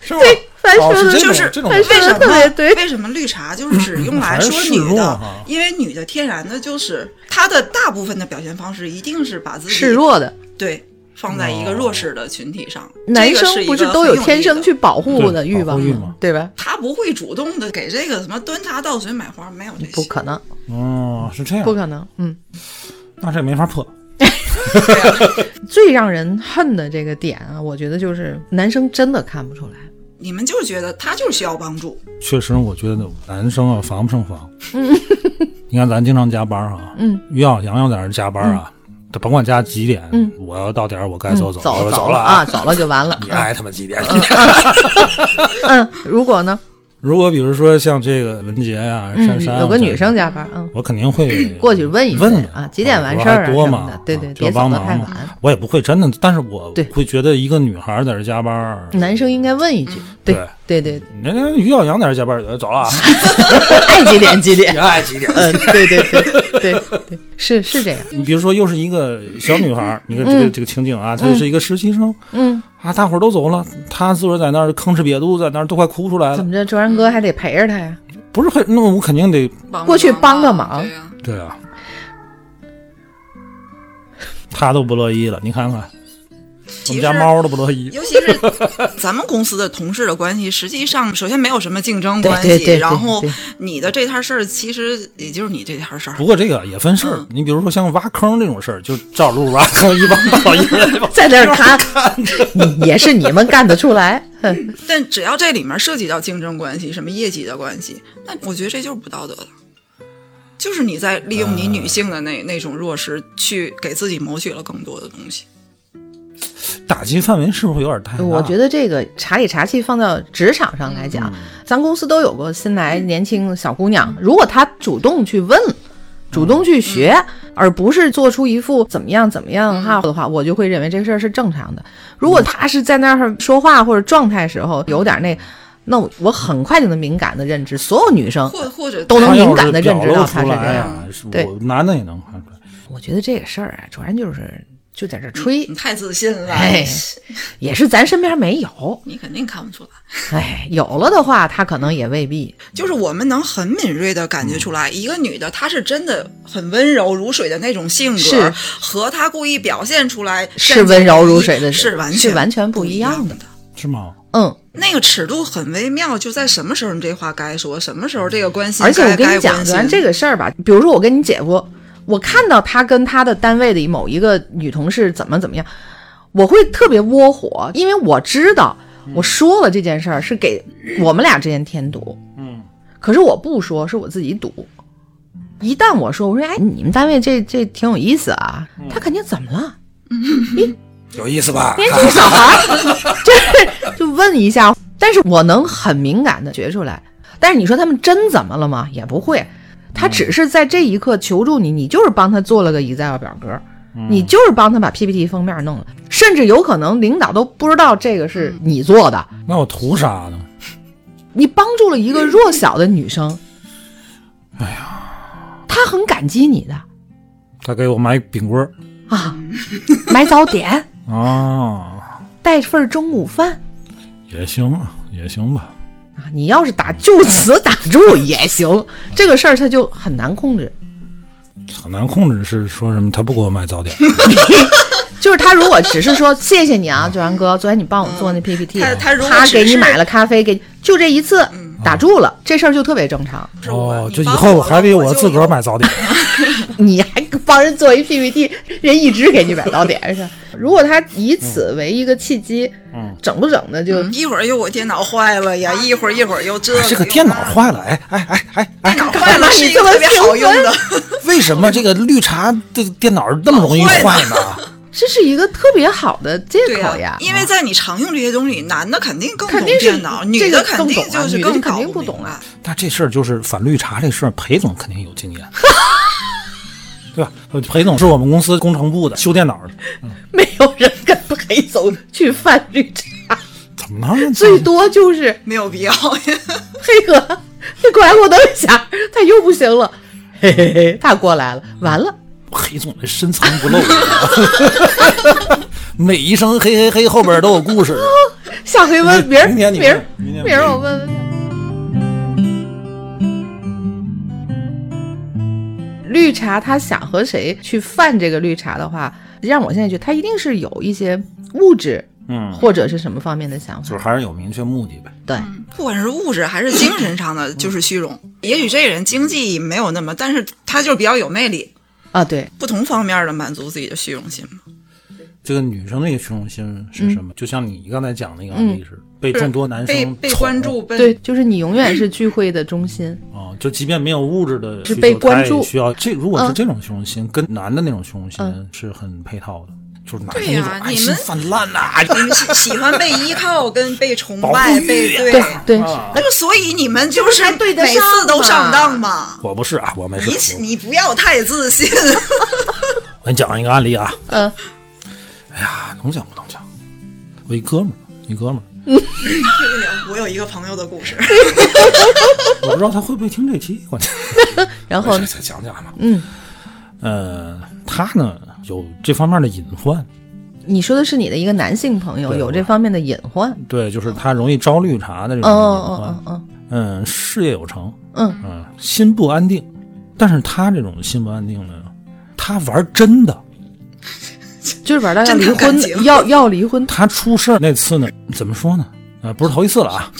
Speaker 1: 是吧？
Speaker 3: 凡
Speaker 1: 哦
Speaker 3: 说
Speaker 1: 是
Speaker 3: 的
Speaker 1: 这种
Speaker 2: 就是
Speaker 1: 这种
Speaker 3: 凡
Speaker 1: 感觉
Speaker 2: 为
Speaker 3: 说的
Speaker 2: 什
Speaker 3: 特别
Speaker 2: 么？
Speaker 3: 对
Speaker 2: 为什么绿茶就是只用
Speaker 1: 还
Speaker 2: 来说
Speaker 1: 是示
Speaker 2: 女
Speaker 1: 弱
Speaker 2: 的
Speaker 1: 哈？
Speaker 2: 因为女的天然的就是她的大部分的表现方式一定是把自己
Speaker 3: 示弱的。
Speaker 2: 对，放在一个弱势的群体上。
Speaker 3: 男
Speaker 2: 这个是
Speaker 3: 生
Speaker 2: 一
Speaker 3: 不
Speaker 2: 个
Speaker 3: 是都有
Speaker 2: 很力
Speaker 3: 天生
Speaker 2: 的
Speaker 3: 去？保护
Speaker 1: 对
Speaker 3: 的欲
Speaker 1: 保护
Speaker 3: 望
Speaker 1: 欲
Speaker 3: 吗
Speaker 1: 嘛？
Speaker 3: 对吧？
Speaker 2: 他不会主动的给这个什么端茶倒水买花，没有这些。
Speaker 3: 不可能，
Speaker 1: 哦，是这样
Speaker 3: 不。可能。嗯，
Speaker 1: 那这没法破。
Speaker 3: 最让人恨的这个点啊，我觉得就是男生真的看不出来。
Speaker 2: 你们就是觉得他就是需要帮助，
Speaker 1: 确实，我觉得男生啊， 防不胜防。嗯，你看咱经常加班啊，
Speaker 3: 嗯，
Speaker 1: 于小阳要在那儿加班啊，他甭管家几点，
Speaker 3: 嗯
Speaker 1: 我要到点儿我该哎走走，
Speaker 3: 走
Speaker 1: 我走了
Speaker 3: 了啊，。走了就完了。
Speaker 1: 你爱他妈几点？
Speaker 3: 嗯，如果呢，
Speaker 1: 如果比如说像这个文杰啊、珊
Speaker 3: 嗯，
Speaker 1: 珊啊，
Speaker 3: 有个女
Speaker 1: 这
Speaker 3: 生加班，嗯，
Speaker 1: 我肯定会
Speaker 3: 过去问一
Speaker 1: 问
Speaker 3: 啊，几点完
Speaker 1: 我
Speaker 3: 事儿
Speaker 1: 还
Speaker 3: 啊
Speaker 1: 多
Speaker 3: 什么
Speaker 1: 嘛
Speaker 3: 的？对对，
Speaker 1: 就
Speaker 3: 别走
Speaker 1: 帮
Speaker 3: 得
Speaker 1: 忙
Speaker 3: 太
Speaker 1: 嘛
Speaker 3: 晚。
Speaker 1: 我也不会真的，但是我
Speaker 3: 对嗯
Speaker 1: 会觉得一个女孩儿在这加班儿，
Speaker 3: 男生应该问一
Speaker 1: 嗯
Speaker 3: 句，对对对，
Speaker 1: 人家于小阳在这加班儿，呃走了啊，
Speaker 3: 对爱几点几 点
Speaker 1: 你。爱几点？
Speaker 3: 嗯，对对对对对，是是这样。
Speaker 1: 你比如说，又是一个小女孩儿，你看这个这个情景啊，她是一个实习生
Speaker 3: 嗯，
Speaker 1: 啊，大伙儿都走了，她自个儿在那儿吭哧瘪肚，在那儿都快哭出来了，
Speaker 3: 怎么着？周然哥还得陪着他呀？
Speaker 1: 不是很，那我肯定得
Speaker 2: 帮
Speaker 3: 过去帮个忙
Speaker 2: 对呀
Speaker 1: 对啊，她都不乐意了，你看看我
Speaker 2: 其
Speaker 1: 们
Speaker 2: 实
Speaker 1: 家猫都不乐意，
Speaker 2: 尤其是咱们公司的同事的关系，实际上首先没有什么竞争
Speaker 3: 对
Speaker 2: 关系，
Speaker 3: 对对对
Speaker 2: 然后
Speaker 3: 对
Speaker 2: 你的这摊事儿其实也就是你这摊事儿
Speaker 1: 不。过这个也分事儿，
Speaker 3: 嗯
Speaker 1: 你比如说像挖坑这种事儿，就照路挖坑，一帮老爷们儿
Speaker 3: 在那儿看，嗯也是你们干得出来。哼
Speaker 2: 但只要这里面涉及到竞争关系、什么业绩的关系，那我觉得这就是不道德的，就是你在利用你
Speaker 3: 呃
Speaker 2: 女性的那、那种弱势去给自己谋取了更多的东西。
Speaker 1: 打击范围是不是有点太大？
Speaker 3: 我觉得这个茶里茶气放到职场上来讲，咱公司都有过新来年轻小姑娘，如果她主动去问。主动去学，而不是做出一副怎么样怎么样哈的话，我就会认为这事儿是正常的。如果她是在那儿说话或者状态时候有点那，那我我很快就能敏感的认知，所有女生
Speaker 2: 或或者
Speaker 3: 都能
Speaker 1: 他
Speaker 3: 敏
Speaker 1: 要
Speaker 3: 感
Speaker 1: 是
Speaker 3: 的
Speaker 1: 表
Speaker 3: 认知
Speaker 1: 露
Speaker 3: 到她
Speaker 1: 出
Speaker 3: 是这
Speaker 1: 来
Speaker 3: 样。
Speaker 1: 啊，是
Speaker 3: 对
Speaker 1: 我男的也能看出来。
Speaker 3: 我觉得这个事儿啊，主要就是就在这儿吹，
Speaker 2: 你太自信了，
Speaker 3: 哎也是咱身边没有，
Speaker 2: 你肯定看不出来。
Speaker 3: 哎，有了的话，他可能也未必。
Speaker 2: 就是我们能很敏锐的感觉出
Speaker 3: 嗯
Speaker 2: 来，一个女的她是真的很温柔如水的那种性格
Speaker 3: 是，
Speaker 2: 和她故意表现出来
Speaker 3: 是温柔如水的
Speaker 2: 是完
Speaker 3: 是完全
Speaker 2: 不
Speaker 3: 不一样的
Speaker 2: 的。
Speaker 1: 是吗？
Speaker 3: 嗯，
Speaker 2: 那个尺度很微妙，就在什么时候你这话该说，什么时候这个关心该，
Speaker 3: 而且我跟你
Speaker 2: 该
Speaker 3: 讲，
Speaker 2: 关心
Speaker 3: 咱这个事儿吧，比如说我跟你姐夫，我看到他跟他的单位的某一个女同事怎么怎么样，我会特别窝火，因为我知道
Speaker 2: 嗯
Speaker 3: 我说了这件事儿是给我们俩之间添堵，
Speaker 1: 嗯，
Speaker 3: 可是我不说，是我自己堵。一旦我说，我说哎，你们单位这这挺有意思啊，
Speaker 2: 嗯
Speaker 3: 他肯定怎么了？
Speaker 1: 有意思 吧？
Speaker 3: 年轻小孩儿， 就是就问一下。但是我能很敏感的觉出来。但是你说他们真怎么了吗？也不会，他只是在这一刻求助你，你就是帮他做了个 Excel 表格，你就是帮他把 PPT 封面弄了，甚至有可能领导都不知道这个是你做的，
Speaker 1: 那我图啥呢？
Speaker 3: 你帮助了一个弱小的女生。哎呀，她很感激你的
Speaker 1: 他给我买饼棍儿
Speaker 3: 啊，买早点，
Speaker 1: 啊，
Speaker 3: 带份儿中午饭。
Speaker 1: 也行，也行吧。
Speaker 3: 啊，你要是打就此打住也行，这个事儿他就很难控制。
Speaker 1: 很难控制是说什么？他不给我买早点，
Speaker 3: 就是他如果只是说谢谢你啊，九阳哥，昨天你帮我做那 PPT，、
Speaker 2: 嗯他他如果只
Speaker 3: 啊给你
Speaker 2: 是嗯
Speaker 3: 买了咖啡，给就这一次、打住了，这事儿就特别正常。
Speaker 2: 是我
Speaker 1: 哦，
Speaker 2: 你
Speaker 1: 就以
Speaker 2: 帮
Speaker 1: 后
Speaker 2: 我
Speaker 1: 还
Speaker 2: 了
Speaker 1: 得
Speaker 2: 我
Speaker 1: 我
Speaker 2: 就
Speaker 1: 自个
Speaker 2: 有
Speaker 1: 儿买早点。
Speaker 3: 你还帮人做一 PPT，人一直给你买到点上。如果他以此为一个契机，
Speaker 1: 嗯
Speaker 3: 整不整的就、
Speaker 2: 一会儿又我电脑坏了呀，一会儿一会儿又这个
Speaker 1: 啊这个
Speaker 2: 又
Speaker 1: 电脑
Speaker 2: 那个
Speaker 1: 坏了，哎哎哎哎哎，
Speaker 2: 电脑坏了
Speaker 3: 干嘛
Speaker 2: 是一
Speaker 3: 你
Speaker 2: 个
Speaker 3: 这么
Speaker 2: 特别好用的，
Speaker 1: 为什么这个绿茶的电脑那么容易
Speaker 2: 坏
Speaker 1: 坏呢？
Speaker 3: 这是一个特别好的借
Speaker 2: 对
Speaker 3: 口
Speaker 2: 呀
Speaker 3: 呀。，啊
Speaker 2: 因为在你常用这些东西，男的肯定更懂
Speaker 3: 肯定是
Speaker 2: 电脑，女
Speaker 3: 这
Speaker 2: 的
Speaker 3: 个
Speaker 2: 肯
Speaker 3: 更
Speaker 2: 定
Speaker 3: 懂啊
Speaker 2: 就
Speaker 3: 女
Speaker 2: 是
Speaker 3: 的
Speaker 2: 更
Speaker 3: 肯
Speaker 2: 搞
Speaker 3: 定不
Speaker 2: 明
Speaker 3: 懂啊
Speaker 2: 白。
Speaker 1: 那这事儿就是反绿茶这事儿，裴总肯定有经验，对吧？裴总是我们公司工程部的，修电脑的，
Speaker 3: 没有人跟黑总去犯绿茶，
Speaker 1: 怎么了？
Speaker 3: 最多就是
Speaker 2: 没有必要，
Speaker 3: 黑哥，你过来给我等一下，他又不行了，嘿嘿嘿，他过来了，完了，
Speaker 1: 裴总这深藏不露， 每一声嘿嘿嘿后边都有故事。
Speaker 3: 下回问明儿，
Speaker 1: 明天你
Speaker 3: 明儿，
Speaker 1: 明天
Speaker 3: 明儿我问问。绿茶他想和谁去犯这个绿茶的话，让我现在觉得他一定是有一些物质，
Speaker 1: 嗯
Speaker 3: 或者是什么方面的想
Speaker 1: 就是
Speaker 3: 法，
Speaker 1: 还是有明确目的呗。
Speaker 3: 对，
Speaker 2: 不管是物质还是精神上
Speaker 3: 嗯
Speaker 2: 的，就是虚荣。也许这人经济没有那么，但是他就是比较有魅力，
Speaker 3: 啊对，
Speaker 2: 不同方面的满足自己的虚荣心嘛。
Speaker 1: 这个女生那个虚荣心是什么？就像你刚才讲那个案例是被众多男
Speaker 2: 被
Speaker 1: 生
Speaker 2: 被
Speaker 1: 宠
Speaker 2: 关注，被
Speaker 3: 对，就是你永远是聚会的中心，
Speaker 1: 啊，就即便没有物质的需求，
Speaker 3: 是被关注
Speaker 1: 他也需要这。如果是
Speaker 3: 嗯
Speaker 1: 这种虚荣心，跟男的那种虚荣心
Speaker 3: 嗯
Speaker 1: 是很配套的，就是男的
Speaker 2: 对
Speaker 1: 那
Speaker 2: 呀
Speaker 1: 种爱
Speaker 2: 你
Speaker 1: 心
Speaker 2: 们
Speaker 1: 泛滥呐、
Speaker 2: 你们喜喜欢被依靠跟被崇
Speaker 1: 保护
Speaker 2: 拜，
Speaker 1: 欲
Speaker 2: 被
Speaker 1: 啊
Speaker 2: 对
Speaker 3: 对对，
Speaker 2: 就所以你们就是
Speaker 3: 才对得
Speaker 2: 每次
Speaker 3: 上
Speaker 2: 都
Speaker 3: 嘛
Speaker 2: 上当嘛。
Speaker 1: 我不是啊，我没
Speaker 2: 你
Speaker 1: 事。
Speaker 2: 你不要太自信，
Speaker 1: 我给你讲一个案例啊，
Speaker 3: 嗯，
Speaker 1: 哎呀，能讲不能讲？我一哥们儿，一哥们儿，
Speaker 2: 我有一个朋友的故事，
Speaker 1: 我不知道他会不会听这期，关键。
Speaker 3: 然后
Speaker 1: 再再讲讲嘛。
Speaker 3: 哦嗯，
Speaker 1: 呃，他呢有这方面的隐患，
Speaker 3: 你说的是你的一个男性朋友
Speaker 1: 对
Speaker 3: 有
Speaker 1: 我
Speaker 3: 这方面的隐患，
Speaker 1: 对，就是他容易招绿茶的这
Speaker 3: 哦
Speaker 1: 种隐患
Speaker 3: 哦。哦
Speaker 1: 嗯，事业有成，
Speaker 3: 哦，嗯，
Speaker 1: 嗯，心不安定。但是他这种心不安定呢，他玩真的。
Speaker 3: 就是玩到要
Speaker 2: 真
Speaker 3: 离
Speaker 2: 谈感
Speaker 3: 婚
Speaker 2: 情，
Speaker 3: 要 要离婚，
Speaker 1: 他出事儿那次呢，怎么说呢？啊、不是头一次了啊。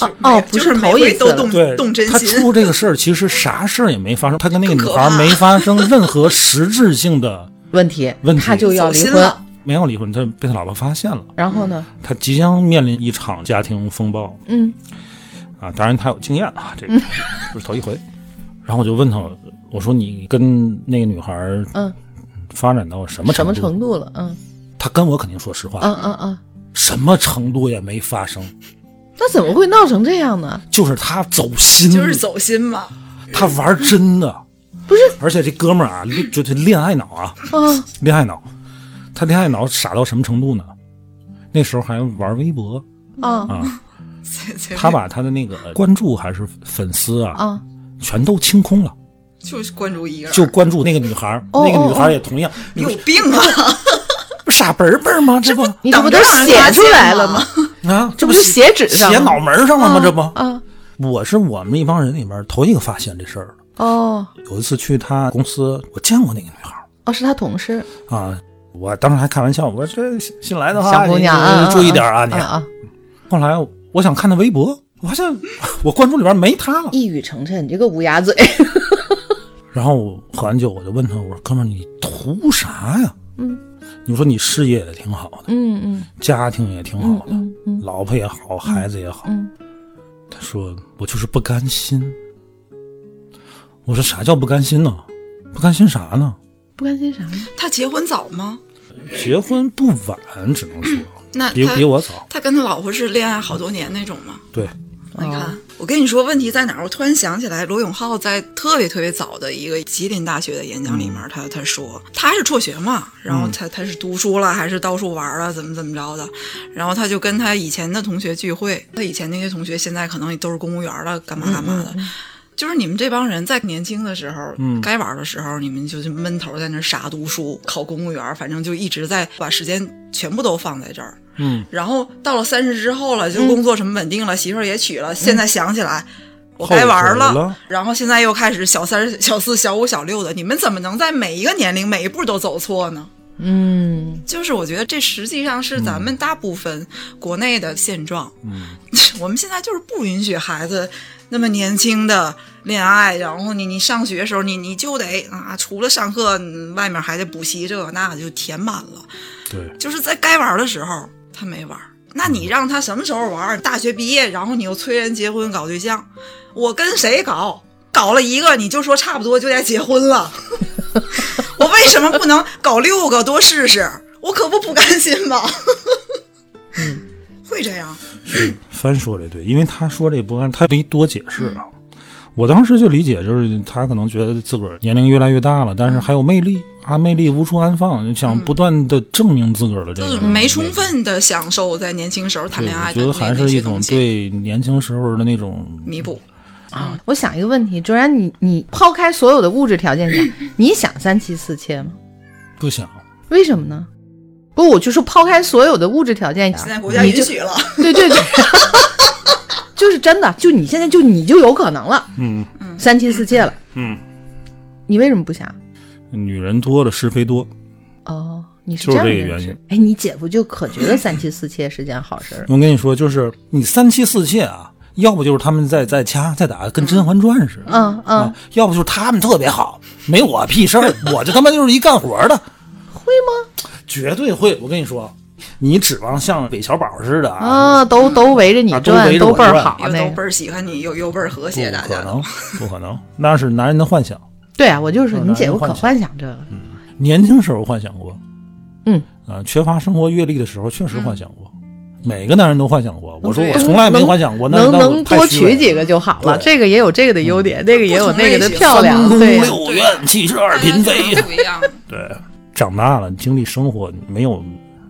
Speaker 3: 哦哦，不
Speaker 2: 就是
Speaker 3: 是
Speaker 2: 每
Speaker 3: 头一
Speaker 2: 回
Speaker 3: 次
Speaker 2: 都
Speaker 3: 了
Speaker 2: 动
Speaker 1: 对，
Speaker 2: 动真
Speaker 1: 他
Speaker 2: 心，
Speaker 1: 出这个事儿，其实啥事儿也没发生，他跟那个女
Speaker 2: 更可
Speaker 1: 孩
Speaker 2: 怕
Speaker 1: 没发 生任何实质性的
Speaker 3: 问题，
Speaker 1: 问题
Speaker 3: 他就要
Speaker 2: 走
Speaker 3: 离
Speaker 2: 心
Speaker 3: 婚，
Speaker 2: 了。
Speaker 1: 没有离婚，他被他老婆发现了，
Speaker 3: 然后呢，
Speaker 1: 他即将面临一场家庭风暴。
Speaker 3: 嗯，
Speaker 1: 啊，当然他有经验啊，这个不是头一回。然后我就问他，我说你跟那个女孩儿
Speaker 3: 嗯
Speaker 1: 发展到什么
Speaker 3: 什
Speaker 1: 程
Speaker 3: 么
Speaker 1: 度？
Speaker 3: 程度了？嗯
Speaker 1: 他跟我肯定说实话，
Speaker 3: 嗯嗯嗯，
Speaker 1: 什么程度也没发生，
Speaker 3: 那怎么会闹成这样呢？
Speaker 1: 就是他走心，
Speaker 2: 就是走心嘛，
Speaker 1: 他玩真的，
Speaker 3: 不是，
Speaker 1: 而且这哥们儿啊，恋就这恋爱脑啊，
Speaker 3: 啊，
Speaker 1: 恋爱脑，他恋爱脑傻到什么程度呢？那时候还玩微博，
Speaker 3: 啊
Speaker 1: 他把他的那个呃关注还是粉丝啊，
Speaker 3: 啊！
Speaker 1: 全都清空了，
Speaker 2: 就是关注一个人，
Speaker 1: 就关注那个女孩儿，
Speaker 3: 哦
Speaker 1: 那个
Speaker 3: 哦
Speaker 1: 女孩儿也同样，
Speaker 2: 你有病啊！
Speaker 1: 不傻本儿本儿吗？这不
Speaker 3: 你这不都
Speaker 2: 等着让人
Speaker 3: 写
Speaker 2: 发
Speaker 3: 出
Speaker 2: 现
Speaker 3: 来了
Speaker 2: 嘛
Speaker 3: 吗？
Speaker 1: 啊，
Speaker 3: 这不就
Speaker 1: 写
Speaker 3: 写纸上
Speaker 1: 写
Speaker 3: 了吗
Speaker 1: 脑门儿上了吗？这不，
Speaker 3: 啊
Speaker 1: 我是我们一帮人里边头一个发现这事儿的。
Speaker 3: 哦
Speaker 1: 有一次去他公司，我见过那个女孩儿
Speaker 3: 哦，是他同事
Speaker 1: 啊，我当时还开玩笑，我说这新来的话，
Speaker 3: 小姑娘
Speaker 1: 你
Speaker 3: 啊，
Speaker 1: 你注意点啊你。
Speaker 3: 啊，
Speaker 1: 后来我想看她微博，我发现 我关注里边没她了。
Speaker 3: 一语成谶，你这个乌鸦嘴，
Speaker 1: 然后我喝完酒，我就问他，我说哥们儿，你图啥呀？
Speaker 3: 嗯，
Speaker 1: 你说你事业也挺好的，
Speaker 3: 嗯嗯
Speaker 1: 家庭也挺好的，
Speaker 3: 嗯嗯
Speaker 1: 老婆也好，孩子也好。
Speaker 3: 嗯
Speaker 1: 他说：“我就是不甘心。”我说：“啥叫不甘心呢？不甘心啥呢？
Speaker 3: 不甘心啥呢？
Speaker 2: 他结婚早吗？
Speaker 1: 结婚不晚，只能说
Speaker 2: 嗯那
Speaker 1: 比
Speaker 2: 他
Speaker 1: 比我早。
Speaker 2: 他跟他老婆是恋爱好多年那种吗？
Speaker 1: 对，
Speaker 2: 你
Speaker 3: 哦
Speaker 2: 看，我跟你说，问题在哪儿？我突然想起来，罗永浩在特别特别早的一个吉林大学的演讲里面，他他说他是辍学嘛，然后他他是读书了，还是到处玩了，怎么怎么着的，然后他就跟他以前的同学聚会，他以前那些同学现在可能都是公务员了，干嘛干嘛的。就是你们这帮人在年轻的时候，
Speaker 1: 嗯
Speaker 2: 该玩的时候，你们就是闷头在那儿傻读书、考公务员，反正就一直在把时间全部都放在这儿。
Speaker 1: 嗯，
Speaker 2: 然后到了三十之后了，就工作什么稳定了，媳妇儿也娶了，现在想起来。我该玩儿
Speaker 1: 嗯后悔了
Speaker 2: 然后现在又开始小三、 小四、小五、小六的，你们怎么能在每一个年龄每一步都走错呢？
Speaker 3: 嗯，
Speaker 2: 就是我觉得这实际上是咱们大部分国内的现状。
Speaker 1: 嗯，
Speaker 2: 我们现在就是不允许孩子那么年轻的恋爱，然后你你上学的时候，你你就得啊，除了上课，嗯外面还得补习，这个那个就填满了。
Speaker 1: 对，
Speaker 2: 就是在该玩的时候他没玩，那你让他什么时候玩？大学毕业，然后你又催人结婚搞对象，我跟谁搞？搞了一个你就说差不多就该结婚了，我为什么不能搞六个多试试？我可不不甘心吗？
Speaker 3: 嗯
Speaker 2: 会这样，
Speaker 1: 翻说这对，因为他说这不甘，他没多解释啊。
Speaker 2: 嗯
Speaker 1: 我当时就理解，就是他可能觉得自个儿年龄越来越大了，但是还有魅力啊，魅力无处安放，
Speaker 2: 嗯
Speaker 1: 想不断的证明自个儿的这个
Speaker 2: 就是
Speaker 1: 魅力
Speaker 2: 没充分的享受在年轻时候谈
Speaker 1: 啊对，
Speaker 2: 恋
Speaker 1: 我
Speaker 2: 爱的
Speaker 1: 觉
Speaker 2: 那
Speaker 1: 得还
Speaker 2: 那
Speaker 1: 是
Speaker 2: 些
Speaker 1: 一种
Speaker 2: 东西嗯
Speaker 1: 对嗯年轻时候的那种
Speaker 2: 弥补。
Speaker 3: 啊，我想一个问题，卓然，你你抛开所有的物质条 件讲，你想三妻四妾吗？
Speaker 1: 不想。
Speaker 3: 为什么呢？不，我就说抛开所有的物质条件讲，
Speaker 2: 现在国家
Speaker 3: 你
Speaker 2: 允
Speaker 3: 就啊
Speaker 2: 许了，
Speaker 3: 对对 对，就是真的，就你现在就你就有可能了，
Speaker 1: 嗯
Speaker 3: 三妻四妾了，
Speaker 1: 嗯，
Speaker 3: 你为什么不想？
Speaker 1: 女人多了是非多，
Speaker 3: 哦，你是
Speaker 1: 就
Speaker 3: 这
Speaker 1: 是这
Speaker 3: 样的
Speaker 1: 个
Speaker 3: 认
Speaker 1: 原
Speaker 3: 识
Speaker 1: 因。
Speaker 3: 哎，你姐夫就可觉得三妻四妾是件好事儿。
Speaker 1: 我跟你说，就是你三妻四妾啊，要不就是他们在在掐在打，跟《甄嬛传》似的。
Speaker 3: 嗯嗯
Speaker 1: 啊，，要不就是他们特别好，没 我屁事儿，我这他妈就是一干活的，
Speaker 3: 会吗？
Speaker 1: 绝对会。我跟你说，你指望像韦小宝似的啊？
Speaker 3: 啊，都都围着你
Speaker 1: 啊都
Speaker 3: 转，
Speaker 1: 围着
Speaker 3: 都
Speaker 1: 我
Speaker 3: 倍儿
Speaker 1: 转
Speaker 3: 好
Speaker 2: 又
Speaker 3: 那
Speaker 2: 都
Speaker 3: 个
Speaker 2: 倍。儿喜欢你，又又倍儿和
Speaker 1: 不
Speaker 2: 谐，大
Speaker 1: 可
Speaker 2: 家
Speaker 1: 能
Speaker 2: 都。，
Speaker 1: 不可能，那是男人的幻想。
Speaker 3: 对啊，我就是说
Speaker 1: 嗯
Speaker 3: 你姐夫
Speaker 1: 幻想
Speaker 3: 可
Speaker 1: 嗯
Speaker 3: 幻想这个，
Speaker 1: 年轻时候幻想过，
Speaker 3: 嗯
Speaker 1: 啊，缺乏生活阅历的时候确实幻想过，每个男人都幻想过。我说
Speaker 2: 对
Speaker 1: 我
Speaker 2: 呀
Speaker 1: 从来没幻想过，那
Speaker 3: 啊能
Speaker 1: 那我
Speaker 3: 能
Speaker 1: 太
Speaker 3: 多
Speaker 1: 虚伪
Speaker 3: 娶
Speaker 1: 了
Speaker 3: 几个就好了。
Speaker 1: 对嗯
Speaker 3: 这个也有这个的优点，那个也有那个的
Speaker 2: 不同类型
Speaker 3: 漂亮，
Speaker 1: 三
Speaker 3: 对啊
Speaker 1: 宫
Speaker 3: 呀，
Speaker 1: 六院七十二
Speaker 2: 大家
Speaker 1: 嫔
Speaker 2: 就
Speaker 1: 妃
Speaker 2: 是。不一 样，
Speaker 1: 对，长大了经历生活，没有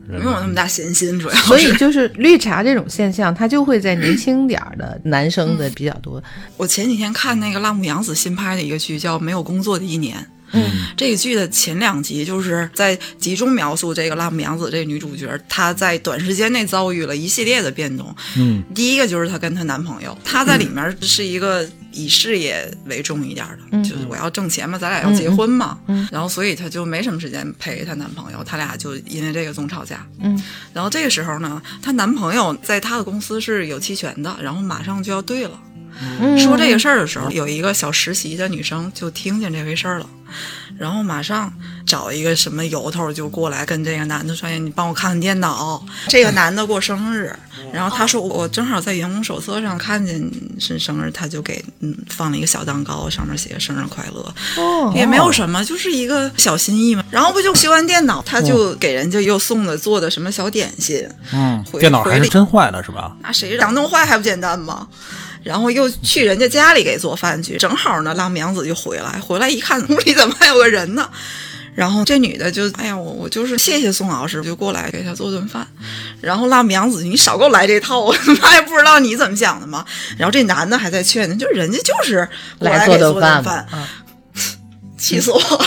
Speaker 1: 人
Speaker 2: 没有那么大闲心，主要
Speaker 3: 所以
Speaker 2: 是。
Speaker 3: 就是绿茶这种现象，它就会在年轻点儿的男生的比较多。
Speaker 2: 我前几天看那个辣目洋子新拍的一个剧，叫《没有工作的一年》。
Speaker 1: 嗯，
Speaker 2: 这个剧的前两集就是在集中描述这个辣目洋子这个女主角，她在短时间内遭遇了一系列的变动。
Speaker 1: 嗯，
Speaker 2: 第一个就是她跟她男朋友，她在里面是一个以事业为重一点的，就是我要挣钱嘛，咱俩要结婚嘛，然后所以她就没什么时间陪她男朋友，她俩就因为这个总吵架。
Speaker 3: 嗯，
Speaker 2: 然后这个时候呢，她男朋友在她的公司是有期权的，然后马上就要对了。说这个事儿的时候，有一个小实习的女生就听见这回事儿了，然后马上找一个什么由头就过来跟这个男的说：“哎，你帮我看看电脑。”这个男的过生日，然后他说：“我正好在员工手册上看见是生日，他就给嗯放了一个小蛋糕，上面写着生日快乐。”
Speaker 3: 哦，
Speaker 2: 也没有什么，就是一个小心意嘛。然后不就修完电脑，他就给人家又送的做的什么小点心，
Speaker 1: 嗯
Speaker 2: 回
Speaker 1: 电脑还
Speaker 2: 回
Speaker 1: 是
Speaker 2: 礼
Speaker 1: 真坏了是吧？
Speaker 2: 那谁想弄坏还不简单吗？然后又去人家家里给做饭去，正好呢，浪娘子就回来，回来一看屋里怎么还有个人呢？然后这女的就，哎呀，我我就是谢谢宋老师，就过来给他做顿饭。然后浪娘子，你少给我来这套， 我他妈也不知道你怎么想的嘛。然后这男的还在劝呢，就人家就是过
Speaker 3: 来
Speaker 2: 来给
Speaker 3: 顿
Speaker 2: 顿饭，
Speaker 3: 吧，啊
Speaker 2: 气死我了。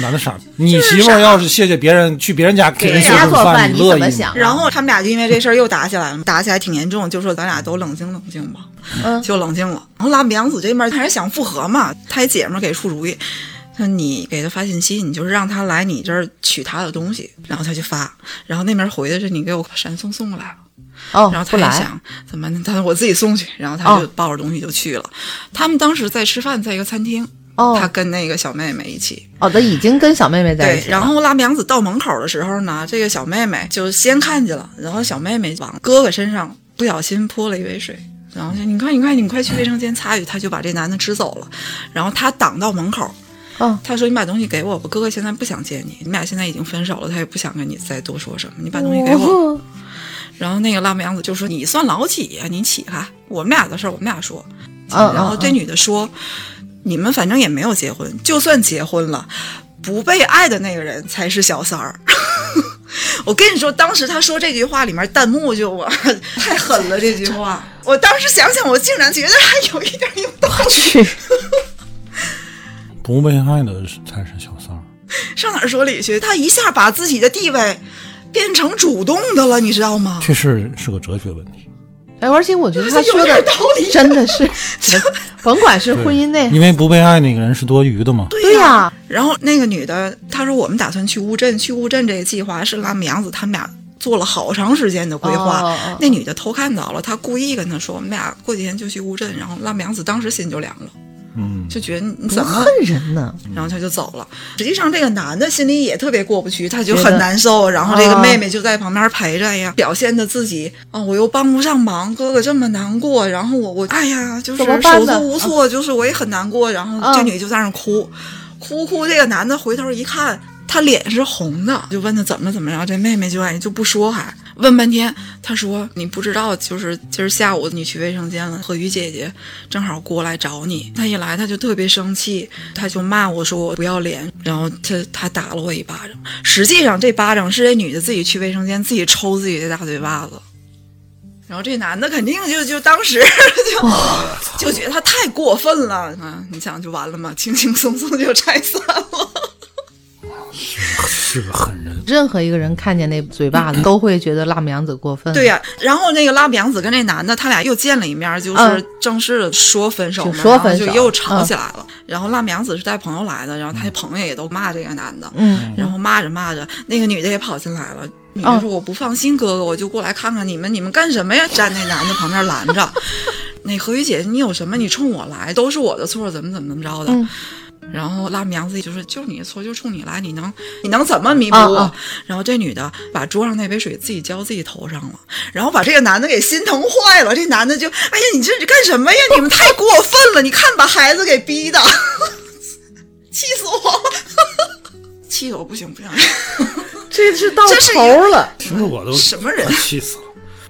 Speaker 1: 男的傻逼，你媳妇儿要是谢谢别人去别人家给人
Speaker 3: 给
Speaker 1: 做
Speaker 3: 人家
Speaker 1: 顿
Speaker 3: 做饭
Speaker 1: 你
Speaker 3: 你
Speaker 1: 乐
Speaker 3: 怎
Speaker 1: 意
Speaker 3: 么
Speaker 1: 吗
Speaker 3: 想啊
Speaker 2: 然后他们俩就因为这事儿又打起来了，打起来挺严重，就说咱俩都冷静冷静吧，
Speaker 3: 嗯
Speaker 2: 就冷静了。然后拉米洋子这边还是想复合嘛，他也姐们儿给出主意，说你给他发信息，你就是让他来你这儿取他的东西，然后他就发，然后那边回的是你给我闪送送过来了。
Speaker 3: 哦
Speaker 2: 然后，
Speaker 3: 不
Speaker 2: 他也
Speaker 3: 来，
Speaker 2: 想怎么，他说我自己送去，然后他就
Speaker 3: 哦
Speaker 2: 抱着东西就去了。他们当时在吃饭，在一个餐厅，
Speaker 3: 哦
Speaker 2: 他跟那个小妹妹一起，
Speaker 3: 哦，他已经跟小妹妹在一
Speaker 2: 对，
Speaker 3: 起了，哦
Speaker 2: 然后拉米洋子到门口的时候呢，这个小妹妹就先看见了，然后小妹妹往哥哥身上不小心泼了一杯水，然后就你快你快你快去卫生间擦去，她就把这男的支走了，然后她挡到门口，
Speaker 3: 哦，
Speaker 2: 她说你把东西给我吧，我哥哥现在不想见你，你们俩现在已经分手了，他也不想跟你再多说什么，你把东西给我吧。
Speaker 3: 哦
Speaker 2: 然后那个辣妹洋子就说：“你算老几呀、你起开，我们俩的事儿我们俩说。
Speaker 3: 嗯
Speaker 2: 然后这女的说：“你们反正也没有结婚，就算结婚了，不被爱的那个人才是小三儿。” 我跟你说，当时她说这句话里面弹幕就我 太狠了，这句 话，我当时想想，我竟然觉得还有一点有道理，
Speaker 3: 去，
Speaker 1: 不被爱的才是小三儿。
Speaker 2: 上哪儿说理去？她一下把自己的地位变成主动的了，你知道吗？
Speaker 1: 确实是个哲学问题，
Speaker 3: 哎，而且我觉得他说
Speaker 2: 有
Speaker 3: 的
Speaker 2: 点道理
Speaker 3: 真的是，甭管是婚姻内
Speaker 1: 因为不被爱那个人是多余的嘛。嗯
Speaker 3: 对呀、
Speaker 2: 然后那个女的她说我们打算去乌镇，去乌镇这个计划是拉米洋子他们俩做了好长时间的规划。
Speaker 3: 哦哦哦
Speaker 2: 那女的偷看到了，她故意跟她说我们俩过几天就去乌镇，然后拉米洋子当时心就凉了，
Speaker 1: 嗯，
Speaker 2: 就觉得你
Speaker 3: 多
Speaker 2: 怎么
Speaker 3: 恨？人呢？
Speaker 2: 然后她就走了。实际上，这个男的心里也特别过不去，他就
Speaker 3: 觉得
Speaker 2: 很难受。然后这个
Speaker 3: 哦
Speaker 2: 妹妹就在旁边陪着呀，表现的自己啊、我又帮不上忙，哥哥这么难过，然后我我哎呀，就是
Speaker 3: 怎么办
Speaker 2: 手
Speaker 3: 呢
Speaker 2: 足无措，就是我也很难过。然后这
Speaker 3: 嗯
Speaker 2: 女就在那哭，哭哭。这个男的回头一看，他脸是红的，就问他怎么怎么着。这妹妹就哎就不说还，问半天。他说你不知道，就是今儿下午你去卫生间了，何雨姐姐正好过来找你。她一来，她就特别生气，她就骂我说我不要脸，然后她她打了我一巴掌。实际上这巴掌是这女的自己去卫生间自己抽自己的大嘴巴子。然后这男的肯定就就当时 就、就觉得他太过分了啊！你想就完了嘛，轻轻松松就拆散了。
Speaker 3: 嗯
Speaker 1: 是个狠人。
Speaker 3: 任何一个人看见那嘴巴子，都会觉得辣目洋子过分。
Speaker 2: 对、呀、然后那个拉比洋子跟那男的他俩又见了一面，就是
Speaker 3: 嗯
Speaker 2: 正式的说分手嘛，
Speaker 3: 就说分手嗯
Speaker 2: 然后就又吵起来了。然后拉比洋子是带朋友来的，然后他朋友也都骂这个男的，
Speaker 3: 嗯，
Speaker 2: 然后骂着骂着，那个女的也跑进来了。女的说：“我不放心哥哥，我就过来看看你们，你们干什么呀？”站那男的旁边拦 着，那何雨姐，你有什么？你冲我来，都是我的错，怎么怎么怎么着的。然后辣目洋子就是就是你的错，就冲你来，你能你能怎么弥补我？
Speaker 3: 啊啊
Speaker 2: 然后这女的把桌上那杯水自己浇自己头上了，然后把这个男的给心疼坏了。这男的就哎呀，你这是干什么呀？你们太过分了！你看把孩子给逼的， 气死我了，气得我不行不行，
Speaker 3: 这是到
Speaker 2: 这是一个
Speaker 3: 头儿了。
Speaker 1: 听着我都
Speaker 2: 什么 人啊
Speaker 1: 我气死了。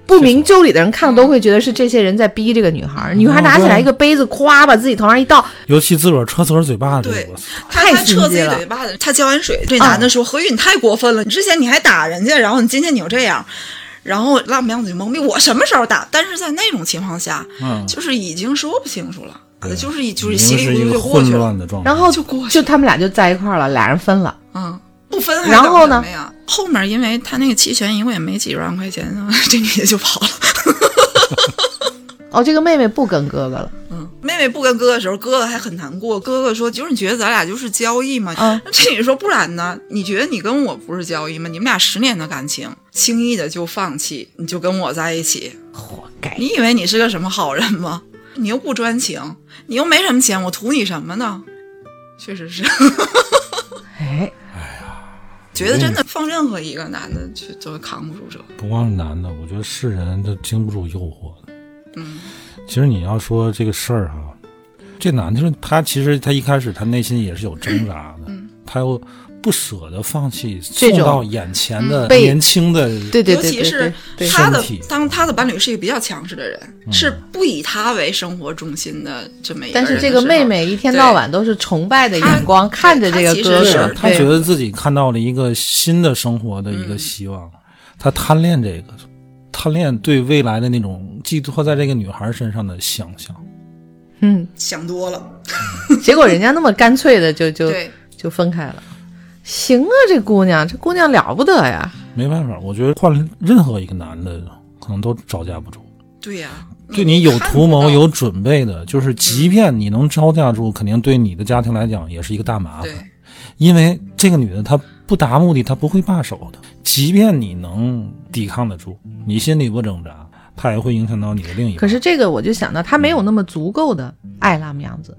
Speaker 3: 不明就里的人看了
Speaker 2: 嗯
Speaker 3: 都会觉得是这些人在逼这个女孩儿。女孩拿起来一个杯子，咵把自己头上一
Speaker 2: 哦
Speaker 3: 倒，
Speaker 1: 尤其自个儿车自个儿嘴巴子，
Speaker 2: 对
Speaker 1: 我操！
Speaker 2: 他
Speaker 3: 太
Speaker 2: 他
Speaker 3: 心
Speaker 2: 撤自
Speaker 3: 机
Speaker 2: 己
Speaker 3: 了嗯
Speaker 2: 嘴巴子，他浇完水，这男的说：“何宇，你太过分了！你之前你还打人家，然后你今天你又这样。”然后辣目洋子就懵逼，我什么时候打？但是在那种情况下，
Speaker 1: 嗯
Speaker 2: 就是已经说不清楚了，
Speaker 1: 对
Speaker 2: 就是一就
Speaker 1: 已
Speaker 2: 是稀
Speaker 1: 经
Speaker 2: 里
Speaker 1: 是一个
Speaker 2: 糊涂就过
Speaker 1: 混
Speaker 2: 去了，
Speaker 1: 乱的状态。
Speaker 3: 然后
Speaker 2: 就过去
Speaker 3: 就他们俩就在一块儿了，俩人分了。
Speaker 2: 嗯，不分还
Speaker 3: 然后
Speaker 2: 等着
Speaker 3: 呢
Speaker 2: 没啊？后面因为他那个期权一共也没几十万块钱 啊，这女的就跑了。
Speaker 3: 哦，这个妹妹不跟哥哥了，
Speaker 2: 嗯，妹妹不跟哥哥的时候，哥哥还很难过。哥哥说：“就是你觉得咱俩就是交易吗？”
Speaker 3: 嗯
Speaker 2: 那 这你说不然呢？你觉得你跟我不是交易吗？你们俩十年的感情，轻易的就放弃，你就跟我在一起，
Speaker 3: 活该。
Speaker 2: 你以为你是个什么好人吗？ 你又不专情，你又没什么钱，我图你什么呢？确实是，
Speaker 3: 哎，
Speaker 2: 觉得真的放任何一个男的就都扛不住这。
Speaker 1: 不光是男的，我觉得是人都经不住诱惑的。
Speaker 2: 嗯，
Speaker 1: 其实你要说这个事儿啊，这男的就是他，其实他一开始他内心也是有挣扎的，
Speaker 3: 嗯
Speaker 1: 他又不舍得放弃
Speaker 3: 这
Speaker 1: 送
Speaker 3: 种
Speaker 1: 到眼前的
Speaker 3: 嗯被
Speaker 1: 年轻的，
Speaker 3: 对对
Speaker 2: 尤
Speaker 3: 对
Speaker 2: 其
Speaker 3: 对
Speaker 2: 是
Speaker 3: 对对，
Speaker 2: 他的
Speaker 1: 身体嗯
Speaker 2: 当他的伴侣是一个比较强势的人，是不以他为生活重心的这么一个
Speaker 3: 但
Speaker 2: 人的时
Speaker 3: 是
Speaker 2: 候。
Speaker 3: 这个妹妹一天到晚都是崇拜的眼光看着这个哥
Speaker 2: 对
Speaker 3: 哥，
Speaker 1: 他
Speaker 3: 对
Speaker 1: 觉得自己看到了一个新的生活的
Speaker 3: 嗯
Speaker 1: 一个希望，他贪恋这个，贪恋对未来的那种寄托在这个女孩身上的想象。
Speaker 3: 嗯，
Speaker 2: 想多了。
Speaker 3: 结果人家那么干脆的就就
Speaker 2: 对，
Speaker 3: 就分开了。行啊，这姑娘，这姑娘了不得呀！
Speaker 1: 没办法，我觉得换任何一个男的，可能都招架不住。
Speaker 2: 对呀、嗯
Speaker 1: 对你有
Speaker 2: 看
Speaker 1: 图
Speaker 2: 不
Speaker 1: 谋、
Speaker 2: 到
Speaker 1: 有准备的，就是即便你能招架住，肯定对你的家庭来讲也是一个大麻烦
Speaker 2: 对。
Speaker 1: 因为这个女的她不达目的，她不会罢手的。即便你能抵抗得住，你心里不挣扎，她也会影响到你的另一半。
Speaker 3: 可是，这个我就想到，他没有那么足够的爱辣目洋子，